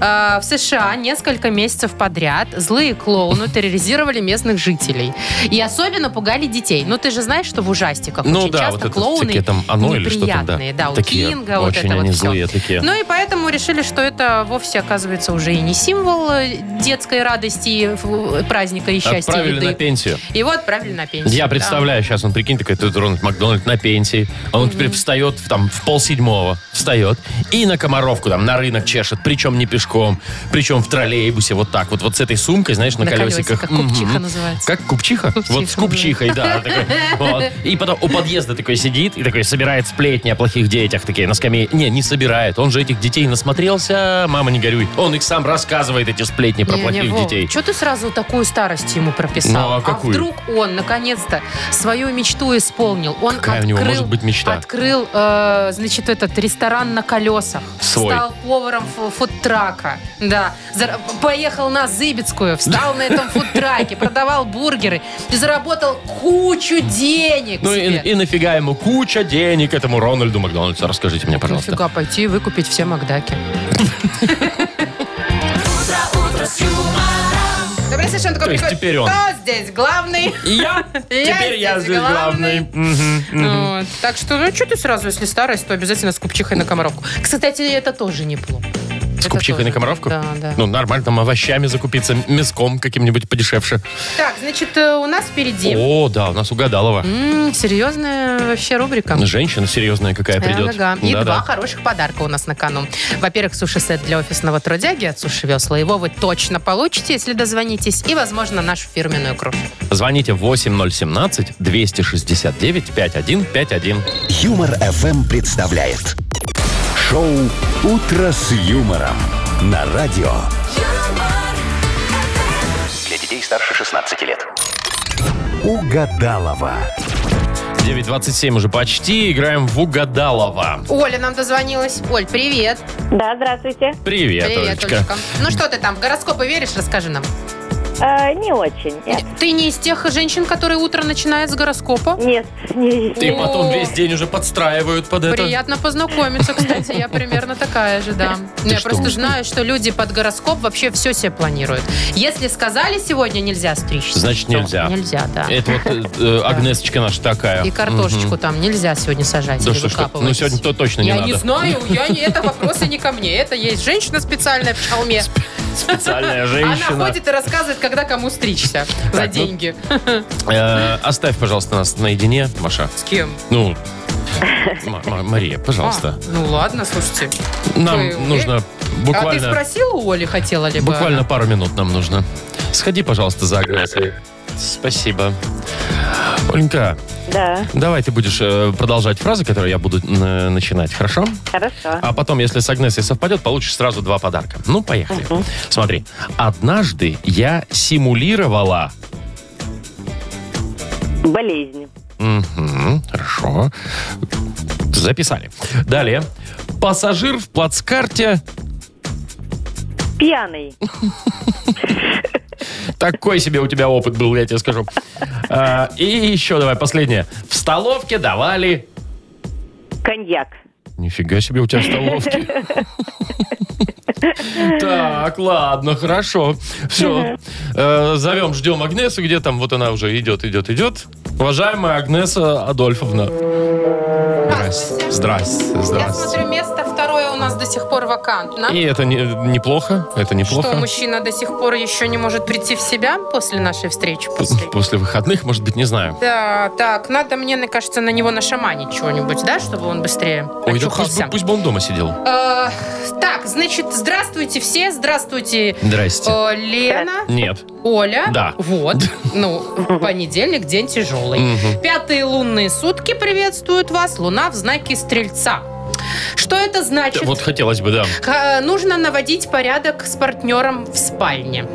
Speaker 3: э, в США несколько месяцев подряд злые клоуны терроризировали местных жителей. И особенно пугали детей. Ну, ты же знаешь, что в ужастиках
Speaker 2: Ну
Speaker 3: очень
Speaker 2: да,
Speaker 3: часто
Speaker 2: вот это
Speaker 3: клоуны
Speaker 2: всякие там оно или что там, да.
Speaker 3: неприятные. Да, у
Speaker 2: Такие,
Speaker 3: Кинга вот
Speaker 2: очень
Speaker 3: это вот
Speaker 2: они
Speaker 3: всё.
Speaker 2: злые такие.
Speaker 3: Ну и поэтому решили, что это вовсе, оказывается, уже и не символ э, детской радости, и, ф- э, праздника и счастья
Speaker 2: Отправили
Speaker 3: еды.
Speaker 2: на пенсию.
Speaker 3: Его отправили на пенсию.
Speaker 2: Я
Speaker 3: да.
Speaker 2: представляю, сейчас он, прикинь, такой, тут Рональд Макдональд на пенсии, а он теперь встает в, там в полседьмого, встает и на Комаровку там на рынок чешет, причем не пешком, причем в троллейбусе, вот так вот, вот с этой сумкой, знаешь, на,
Speaker 3: На
Speaker 2: колесиках.
Speaker 3: колесиках, купчиха
Speaker 2: Мгм.
Speaker 3: называется.
Speaker 2: Как купчиха?
Speaker 3: Купчиха
Speaker 2: Вот с купчихой, да. такой, вот. И потом у подъезда такой сидит и такой собирает сплетни о плохих детях, такие на скамье. Не, не собирает, он же этих детей насмотрелся, мама не горюй. Он их сам рассказывает, эти сплетни про плохих детей.
Speaker 3: Что ты сразу такую старость ему прописал?
Speaker 2: Ну, а какую?
Speaker 3: вдруг он наконец-то свою мечту исполнил? Он
Speaker 2: Какая у
Speaker 3: открыл,
Speaker 2: него может быть мечта?
Speaker 3: Открыл, э, значит, этот ресторан на колесах.
Speaker 2: Свой.
Speaker 3: Стал поваром фу- фудтрака. Да. Зар- Поехал на Зыбецкую, встал на этом фудтраке, продавал бургеры и заработал кучу денег
Speaker 2: Ну и,
Speaker 3: себе.
Speaker 2: и нафига ему куча денег этому Рональду Макдональдсу? Расскажите мне, пожалуйста.
Speaker 3: Нафига а пойти и выкупить все Макдаки. Да, блин, совершенно такой
Speaker 2: То есть
Speaker 3: прикольный.
Speaker 2: теперь он.
Speaker 3: Кто здесь главный?
Speaker 2: Я? Теперь я здесь главный. Мгм, мгм.
Speaker 3: Вот. Так что, ну, что ты сразу, если старость, то обязательно с купчихой на комаровку. Кстати, это тоже неплохо.
Speaker 2: С
Speaker 3: Это
Speaker 2: купчихой
Speaker 3: тоже.
Speaker 2: на комаровку?
Speaker 3: Да, да.
Speaker 2: Ну, нормально, там овощами закупиться, мяском каким-нибудь подешевше.
Speaker 3: Так, значит, э, у нас впереди
Speaker 2: О, да, у нас угадалова.
Speaker 3: м, серьезная вообще рубрика.
Speaker 2: Женщина серьезная какая придет.
Speaker 3: Э, Ага, И
Speaker 2: Да-да.
Speaker 3: два хороших подарка у нас на кону. Во-первых, суши-сет для офисного трудяги от Суши Весла. Его вы точно получите, если дозвонитесь. И, возможно, нашу фирменную кружку.
Speaker 2: Звоните 8017-269-5151.
Speaker 1: Юмор FM представляет шоу Утро с юмором на радио.
Speaker 4: Для детей старше 16 лет.
Speaker 1: Угадалова.
Speaker 2: 9.27 уже почти. Играем в угадалова.
Speaker 3: Оля нам дозвонилась. Оль, привет.
Speaker 5: Да, здравствуйте.
Speaker 2: Привет, Олечка.
Speaker 3: Олечка. Ну что ты там, в гороскопы веришь? Расскажи нам.
Speaker 5: Э, не очень. Нет,
Speaker 3: Ты не из тех женщин, которые утро начинают с гороскопа?
Speaker 5: нет, не,
Speaker 2: И
Speaker 5: не.
Speaker 2: потом
Speaker 3: О.
Speaker 2: весь день уже подстраивают под это.
Speaker 3: Приятно познакомиться, кстати, я примерно такая же, да. Ну, Я
Speaker 2: что,
Speaker 3: просто
Speaker 2: Маш,
Speaker 3: знаю, что люди под гороскоп вообще все себе планируют. Если сказали сегодня нельзя стричься,
Speaker 2: Значит,
Speaker 3: то
Speaker 2: нельзя.
Speaker 3: Нельзя, да.
Speaker 2: Это вот э, э, Агнесочка наша такая.
Speaker 3: И картошечку
Speaker 2: Мгм.
Speaker 3: там нельзя сегодня сажать
Speaker 2: Да
Speaker 3: или
Speaker 2: что ж ты,
Speaker 3: выкапывать.
Speaker 2: ну сегодня то точно не
Speaker 3: Я
Speaker 2: надо.
Speaker 3: не знаю, я не, это вопросы не ко мне. Это есть женщина специальная в чалме.
Speaker 2: Специальная
Speaker 3: Она
Speaker 2: женщина.
Speaker 3: ходит и рассказывает, когда кому стричься. За
Speaker 2: Так, ну-
Speaker 3: деньги.
Speaker 2: Э, Оставь, пожалуйста, нас наедине, Маша.
Speaker 3: С кем?
Speaker 2: Ну, Ма- Ма- Мария,
Speaker 3: А,
Speaker 2: пожалуйста.
Speaker 3: ну ладно, слушайте. вы-
Speaker 2: Нам нужно
Speaker 3: А ты
Speaker 2: буквально...
Speaker 3: спросила у Оли, хотела ли бы
Speaker 2: Буквально
Speaker 3: она?
Speaker 2: пару минут нам нужно. Сходи, пожалуйста, за Агнесой. Спасибо. Оленька,
Speaker 5: Да,
Speaker 2: давай ты будешь э, продолжать фразы, которые я буду э, начинать, хорошо?
Speaker 5: хорошо.
Speaker 2: А потом, если с Агнесой совпадет, получишь сразу два подарка. Ну, поехали. Смотри. Однажды я симулировала...
Speaker 5: Болезнь.
Speaker 2: Мгм, хорошо. Записали. Далее. Пассажир в плацкарте...
Speaker 5: Пьяный.
Speaker 2: Такой себе у тебя опыт был, я тебе скажу. А, И еще давай последнее. В столовке давали...
Speaker 5: Коньяк.
Speaker 2: Нифига себе у тебя в столовке. Так, ладно, хорошо. Все. Зовем, ждем Агнесу. Где там? Вот она уже идет, идет, идет. Уважаемая Агнеса Адольфовна. Здрасте. Здрасте.
Speaker 3: Я
Speaker 2: Здрасте.
Speaker 3: смотрю, место второе у нас до сих пор вакантно.
Speaker 2: И это не- неплохо. Это
Speaker 3: Что
Speaker 2: неплохо.
Speaker 3: мужчина до сих пор еще не может прийти в себя после нашей встречи? После...
Speaker 2: После выходных, может быть, не знаю.
Speaker 3: Да, так, надо мне, на- кажется, на него нашаманить чего-нибудь, да, чтобы он быстрее
Speaker 2: Ой, да пусть,
Speaker 3: очухался.
Speaker 2: бы- пусть бы он дома сидел.
Speaker 3: Э, так, значит, здравствуйте все, здравствуйте,
Speaker 2: Здрасте.
Speaker 3: э, Лена,
Speaker 2: Нет.
Speaker 3: Оля.
Speaker 2: Да.
Speaker 3: Вот, ну, понедельник, день тяжелый. Пятые лунные сутки приветствуют вас, луна в знаке Стрельца. Что это значит?
Speaker 2: Вот хотелось бы, да.
Speaker 3: К- э, Нужно наводить порядок с партнером в спальне.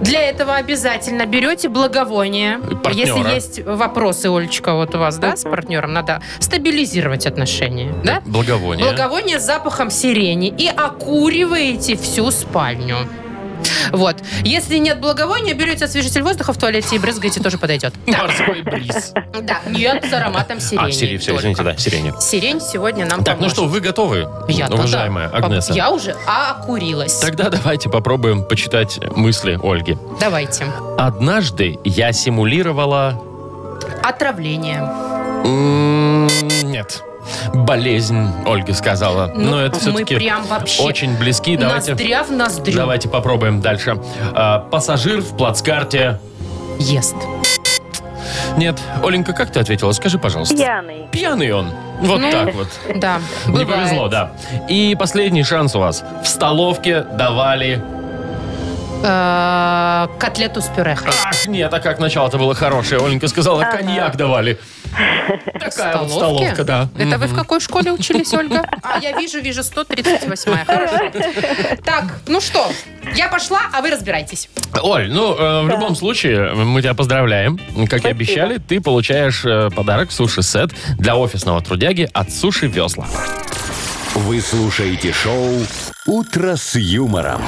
Speaker 3: Для этого обязательно берете благовоние.
Speaker 2: Партнера.
Speaker 3: Если есть вопросы, Олечка, вот у вас, да, с партнером, надо стабилизировать отношения, да?
Speaker 2: Благовоние.
Speaker 3: Благовоние с запахом сирени и окуриваете всю спальню. Вот. Если нет благовония, берете освежитель воздуха в туалете и брызгаете, тоже подойдет.
Speaker 2: Морской бриз.
Speaker 3: Да, нет с ароматом сирени.
Speaker 2: А, сирень, все,
Speaker 3: только.
Speaker 2: извините, да, сирень.
Speaker 3: Сирень сегодня нам
Speaker 2: Так, ну
Speaker 3: поможет.
Speaker 2: что, вы готовы,
Speaker 3: Я-то да.
Speaker 2: уважаемая Агнеса?
Speaker 3: Я уже окурилась.
Speaker 2: Тогда давайте попробуем почитать мысли Ольги.
Speaker 3: Давайте.
Speaker 2: Однажды я симулировала...
Speaker 3: Отравление.
Speaker 2: м, Нет. Болезнь, Ольга сказала.
Speaker 3: Ну,
Speaker 2: Но это
Speaker 3: мы
Speaker 2: все-таки
Speaker 3: прям вообще
Speaker 2: очень близки. Давайте,
Speaker 3: Ноздря в ноздрю
Speaker 2: давайте попробуем дальше. А, пассажир в плацкарте...
Speaker 3: ест.
Speaker 2: Нет. Оленька, как ты ответила? Скажи, пожалуйста.
Speaker 5: Пьяный.
Speaker 2: Пьяный он. Вот
Speaker 3: Ну,
Speaker 2: так вот.
Speaker 3: Да,
Speaker 2: Не повезло, да. И последний шанс у вас. В столовке давали...
Speaker 3: да. Э, котлету с пюре.
Speaker 2: Ах, нет, а как начало-то было хорошее. Оленька сказала, коньяк давали. Такая вот столовка, да.
Speaker 3: Это вы в какой школе учились, Ольга? А, я вижу, вижу, 138 Хорошо. Так, ну что, я пошла, а вы разбирайтесь.
Speaker 2: Оль, ну, э, в любом случие, мы тебя поздравляем. Как и обещали, ты получаешь э, подарок суши-сет для офисного трудяги от Суши Весла.
Speaker 1: Вы слушаете шоу «Утро с юмором».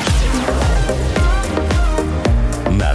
Speaker 1: На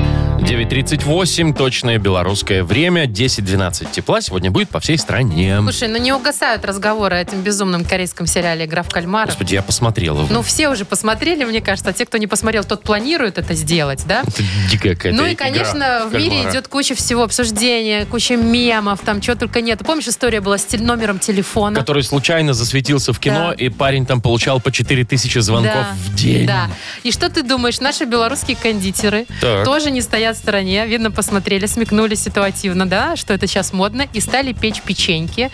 Speaker 2: 9.38, точное белорусское время, 10.12 тепла. Сегодня будет по всей стране.
Speaker 3: Слушай, ну не угасают разговоры о этом безумном корейском сериале «Игра в кальмара».
Speaker 2: Господи, я посмотрел его.
Speaker 3: Ну, все уже посмотрели, мне кажется, а те, кто не посмотрел, тот планирует это сделать, да?
Speaker 2: Это дикая какая-то
Speaker 3: Ну и,
Speaker 2: игра
Speaker 3: конечно, в мире
Speaker 2: кальмара.
Speaker 3: идет куча всего, обсуждения, куча мемов, там чего только нет. Помнишь, история была с тель- номером телефона?
Speaker 2: Который случайно засветился в кино,
Speaker 3: Да.
Speaker 2: и парень там получал по 4000 звонков
Speaker 3: Да,
Speaker 2: в день.
Speaker 3: Да. И что ты думаешь, наши белорусские кондитеры
Speaker 2: Так.
Speaker 3: тоже не стоят в стороне, видно, посмотрели, смекнули ситуативно, да, что это сейчас модно, и стали печь печеньки.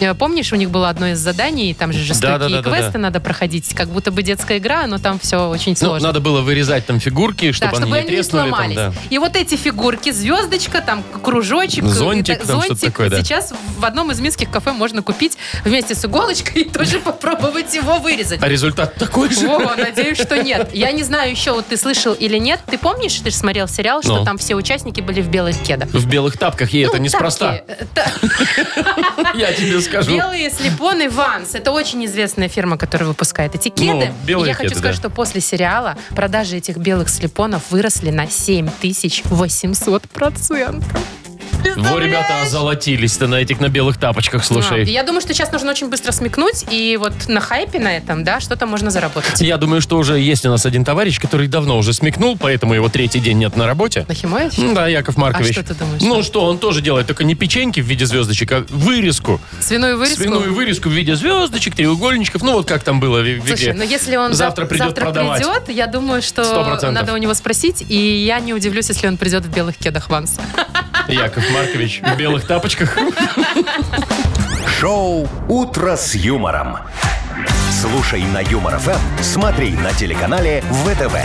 Speaker 3: Э, Помнишь, у них было одно из заданий, там же жестокие
Speaker 2: Да-да-да-да-да.
Speaker 3: квесты надо проходить, как будто бы детская игра, но там все очень
Speaker 2: Ну,
Speaker 3: сложно.
Speaker 2: надо было вырезать там фигурки, чтобы,
Speaker 3: Да, чтобы
Speaker 2: они не
Speaker 3: они не
Speaker 2: треснули. там,
Speaker 3: сломались.
Speaker 2: да.
Speaker 3: И вот эти фигурки, звездочка, там кружочек, э,
Speaker 2: Зонтик,
Speaker 3: это-
Speaker 2: там что-то
Speaker 3: зонтик,
Speaker 2: такое, да.
Speaker 3: сейчас в одном из минских кафе можно купить вместе с иголочкой и тоже попробовать его вырезать.
Speaker 2: А результат такой же.
Speaker 3: Вова, надеюсь, что нет. Я не знаю еще, вот ты слышал или нет. Ты помнишь, ты же смотрел сериал, что
Speaker 2: Ну.
Speaker 3: там все участники были в белых кедах?
Speaker 2: В белых тапках, и это
Speaker 3: Ну,
Speaker 2: неспроста.
Speaker 3: тапки. Та-
Speaker 2: Я тебе скажу.
Speaker 3: Белые слепоны Ванс. Это очень известная фирма, которая выпускает эти кеды.
Speaker 2: Ну, белые
Speaker 3: И Я хочу
Speaker 2: кеды,
Speaker 3: сказать,
Speaker 2: да.
Speaker 3: что после сериала продажи этих белых слепонов выросли на 7800 процентов.
Speaker 2: Во, ребята, озолотились-то на этих, на белых тапочках, слушай.
Speaker 3: Я думаю, что сейчас нужно очень быстро смекнуть, и вот на хайпе на этом, да, что-то можно заработать.
Speaker 2: Я думаю, что уже есть у нас один товарищ, который давно уже смекнул, поэтому его третий день нет на работе.
Speaker 3: Нахимович?
Speaker 2: М, Да, Яков Маркович.
Speaker 3: А что ты думаешь?
Speaker 2: Ну что, он тоже делает, только не печеньки в виде звездочек, а вырезку.
Speaker 3: Свиную вырезку?
Speaker 2: Свиную вырезку в виде звездочек, треугольничков. Ну вот как там было в в виде.
Speaker 3: Слушай, ну если он
Speaker 2: завтра
Speaker 3: зав-
Speaker 2: придет
Speaker 3: завтра
Speaker 2: продавать.
Speaker 3: придет, я думаю, что
Speaker 2: Сто процентов.
Speaker 3: надо у него спросить, и я не удивлюсь, если он придет в белых кедах Ванс.
Speaker 2: Яков Маркович в белых тапочках.
Speaker 1: Шоу «Утро с юмором». Слушай на Юмор ФМ, смотри на телеканале ВТВ.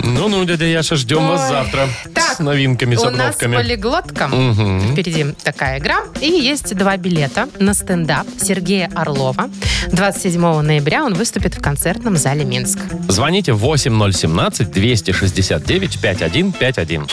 Speaker 2: Ну-ну, дядя Яша, ждем вас
Speaker 3: Ой.
Speaker 2: завтра.
Speaker 3: Так,
Speaker 2: С новинками, с
Speaker 3: У нас
Speaker 2: обновками.
Speaker 3: полиглотка. Впереди такая игра. И есть два билета на стендап Сергея Орлова. 27 ноября он выступит в концертном зале Минск.
Speaker 2: Звоните 8017-269-5151.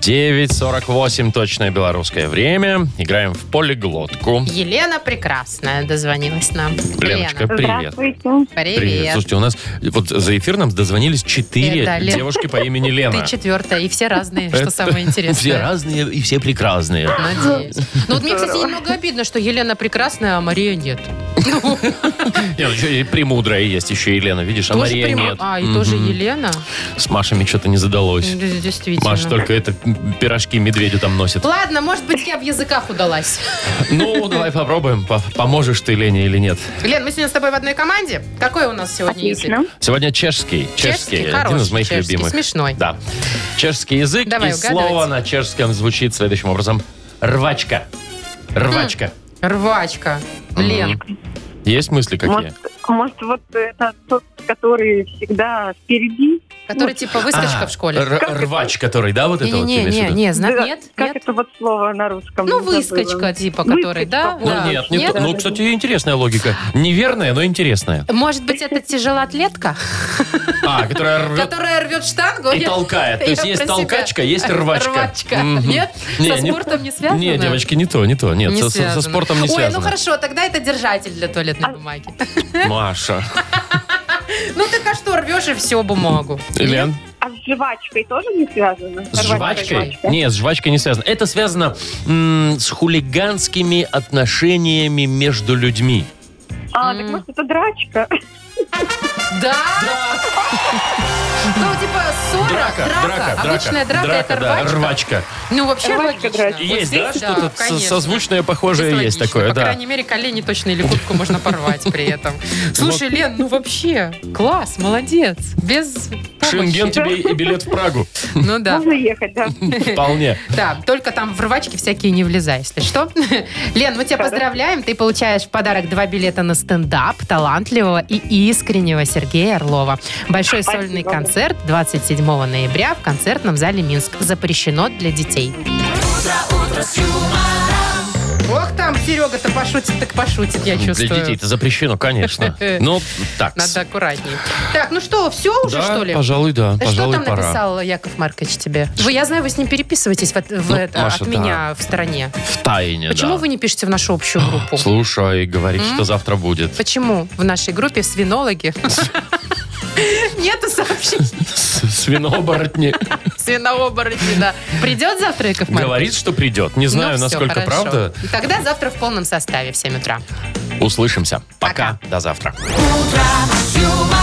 Speaker 2: 9.48 точное белорусское время. Играем в полиглотку.
Speaker 3: Елена Прекрасная дозвонилась нам.
Speaker 2: Леночка,
Speaker 3: Лена,
Speaker 2: привет.
Speaker 5: Здравствуйте.
Speaker 3: привет.
Speaker 2: Слушайте, у нас вот за эфир нам дозвонились четыре
Speaker 3: Это Лен.
Speaker 2: девушки по имени Лена.
Speaker 3: Ты четвертая, и все разные, что
Speaker 2: Это
Speaker 3: самое интересное.
Speaker 2: Все разные и все прекрасные.
Speaker 3: Надеюсь. Ну вот мне, кстати, немного обидно, что Елена прекрасная, а Мария нет.
Speaker 2: Нет, еще ну и премудрая есть еще Елена, видишь, а
Speaker 3: Тоже
Speaker 2: Мария
Speaker 3: прям-
Speaker 2: нет.
Speaker 3: А, и тоже
Speaker 2: Мгм.
Speaker 3: Елена?
Speaker 2: С Машами что-то не задалось.
Speaker 3: Д- Действительно.
Speaker 2: Маш только это м, пирожки медведю там носит.
Speaker 3: Ладно, может быть, я в языках удалась.
Speaker 2: Ну, давай попробуем, по- поможешь ты Лене или нет.
Speaker 3: Лен, мы сегодня с тобой в одной команде. Какой у нас сегодня язык?
Speaker 5: Отлично.
Speaker 2: Сегодня чешский. Чешский, один из
Speaker 3: хороший
Speaker 2: моих
Speaker 3: чешский,
Speaker 2: любимых.
Speaker 3: смешной.
Speaker 2: Да. Чешский язык
Speaker 3: Давай
Speaker 2: и
Speaker 3: угадывать.
Speaker 2: слово на чешском звучит следующим образом. Рвачка. Рвачка.
Speaker 3: Рвачка. Хм. Лен,
Speaker 2: Есть мысли какие?
Speaker 5: Может, может, вот это тот, который всегда впереди?
Speaker 3: который типа выскочка
Speaker 2: А,
Speaker 3: в школе.
Speaker 2: р- рвач, который, да, вот это вот ты
Speaker 3: Не-не-не,
Speaker 2: имеешь в
Speaker 3: не,
Speaker 2: виду?
Speaker 3: не, зна-
Speaker 5: Да,
Speaker 3: нет,
Speaker 5: Как
Speaker 3: нет.
Speaker 5: это вот слово на русском?
Speaker 3: Ну,
Speaker 5: Забыла.
Speaker 3: выскочка, типа, который, да?
Speaker 5: Выскочка.
Speaker 2: Ну,
Speaker 3: да. э,
Speaker 2: нет, не то. ну, кстати, интересная логика. Неверная, но интересная.
Speaker 3: Может быть, это тяжелоатлетка,
Speaker 2: А, которая рвет
Speaker 3: которая рвет штангу?
Speaker 2: и
Speaker 3: Я-
Speaker 2: толкает. То есть
Speaker 3: я
Speaker 2: есть
Speaker 3: про себя.
Speaker 2: толкачка, есть рвачка.
Speaker 3: Рвачка.
Speaker 2: Мгм.
Speaker 3: Нет?
Speaker 2: Не,
Speaker 3: Со
Speaker 2: не-
Speaker 3: спортом не связано?
Speaker 2: Не, девочки, не то, не то. Нет,
Speaker 3: Не
Speaker 2: со- со, со
Speaker 3: связано.
Speaker 2: спортом не
Speaker 3: Ой,
Speaker 2: связано.
Speaker 3: ну хорошо, тогда это держатель для
Speaker 5: А-
Speaker 3: туалетной бумаги.
Speaker 2: Маша.
Speaker 3: Ну так а что, рвешь и все бумагу.
Speaker 2: Лен?
Speaker 5: А с жвачкой тоже не связано?
Speaker 2: С жвачкой? Нет, с жвачкой не связано. Это связано м, с хулиганскими отношениями между людьми.
Speaker 5: А, так может, это драчка?
Speaker 3: Да? Ну типа ссора, драка, обычная драка, это
Speaker 2: да,
Speaker 3: рвачка.
Speaker 2: рвачка.
Speaker 3: Ну вообще
Speaker 5: Рвачка,
Speaker 3: логично.
Speaker 5: драчка.
Speaker 3: Вот
Speaker 2: Есть, да,
Speaker 3: здесь,
Speaker 2: что-то со-
Speaker 3: конечно.
Speaker 2: созвучное, похожее
Speaker 3: Здесь
Speaker 2: есть
Speaker 3: логично.
Speaker 2: такое,
Speaker 3: По
Speaker 2: да.
Speaker 3: крайней мере, колени точно или куртку можно порвать при этом. Слушай, Лен, ну вообще, класс, молодец. Без
Speaker 2: Шенген
Speaker 3: помощи.
Speaker 2: тебе и билет в Прагу.
Speaker 3: Ну да.
Speaker 5: Можно ехать, да?
Speaker 2: Вполне.
Speaker 3: Да, только там в рвачки всякие не влезай, если что. Лен, мы тебя поздравляем. Ты получаешь в подарок два билета на стендап талантливого и искреннего Сергея Орлова. Большой
Speaker 5: Спасибо.
Speaker 3: сольный концерт 27 ноября в концертном зале Минск. Запрещено для детей. Ох, там Серега-то пошутит, так пошутит, я чувствую.
Speaker 2: Ну, Для детей это запрещено, конечно. Ну, так.
Speaker 3: Надо аккуратней. Так, ну что, все уже,
Speaker 2: Да,
Speaker 3: что ли?
Speaker 2: пожалуй, да.
Speaker 3: Что
Speaker 2: пожалуй,
Speaker 3: там
Speaker 2: пора.
Speaker 3: написал Яков Маркович тебе? Вы, я знаю, вы с ним переписываетесь в от, в
Speaker 2: Ну,
Speaker 3: это-
Speaker 2: Маша,
Speaker 3: от меня в стороне.
Speaker 2: В тайне,
Speaker 3: Почему
Speaker 2: да.
Speaker 3: вы не пишете в нашу общую группу?
Speaker 2: Слушай, говорит, что завтра будет.
Speaker 3: Почему в нашей группе свинологи нету сообщений?
Speaker 2: С- Свинооборотни.
Speaker 3: Свинооборотни, да. Придет завтра Яков Маркович?
Speaker 2: Говорит, что придет. Не
Speaker 3: Ну,
Speaker 2: знаю,
Speaker 3: всё,
Speaker 2: насколько
Speaker 3: хорошо.
Speaker 2: правда.
Speaker 3: И Тогда завтра в полном составе в 7 утра.
Speaker 2: Услышимся. Пока. До завтра.
Speaker 7: Юмор.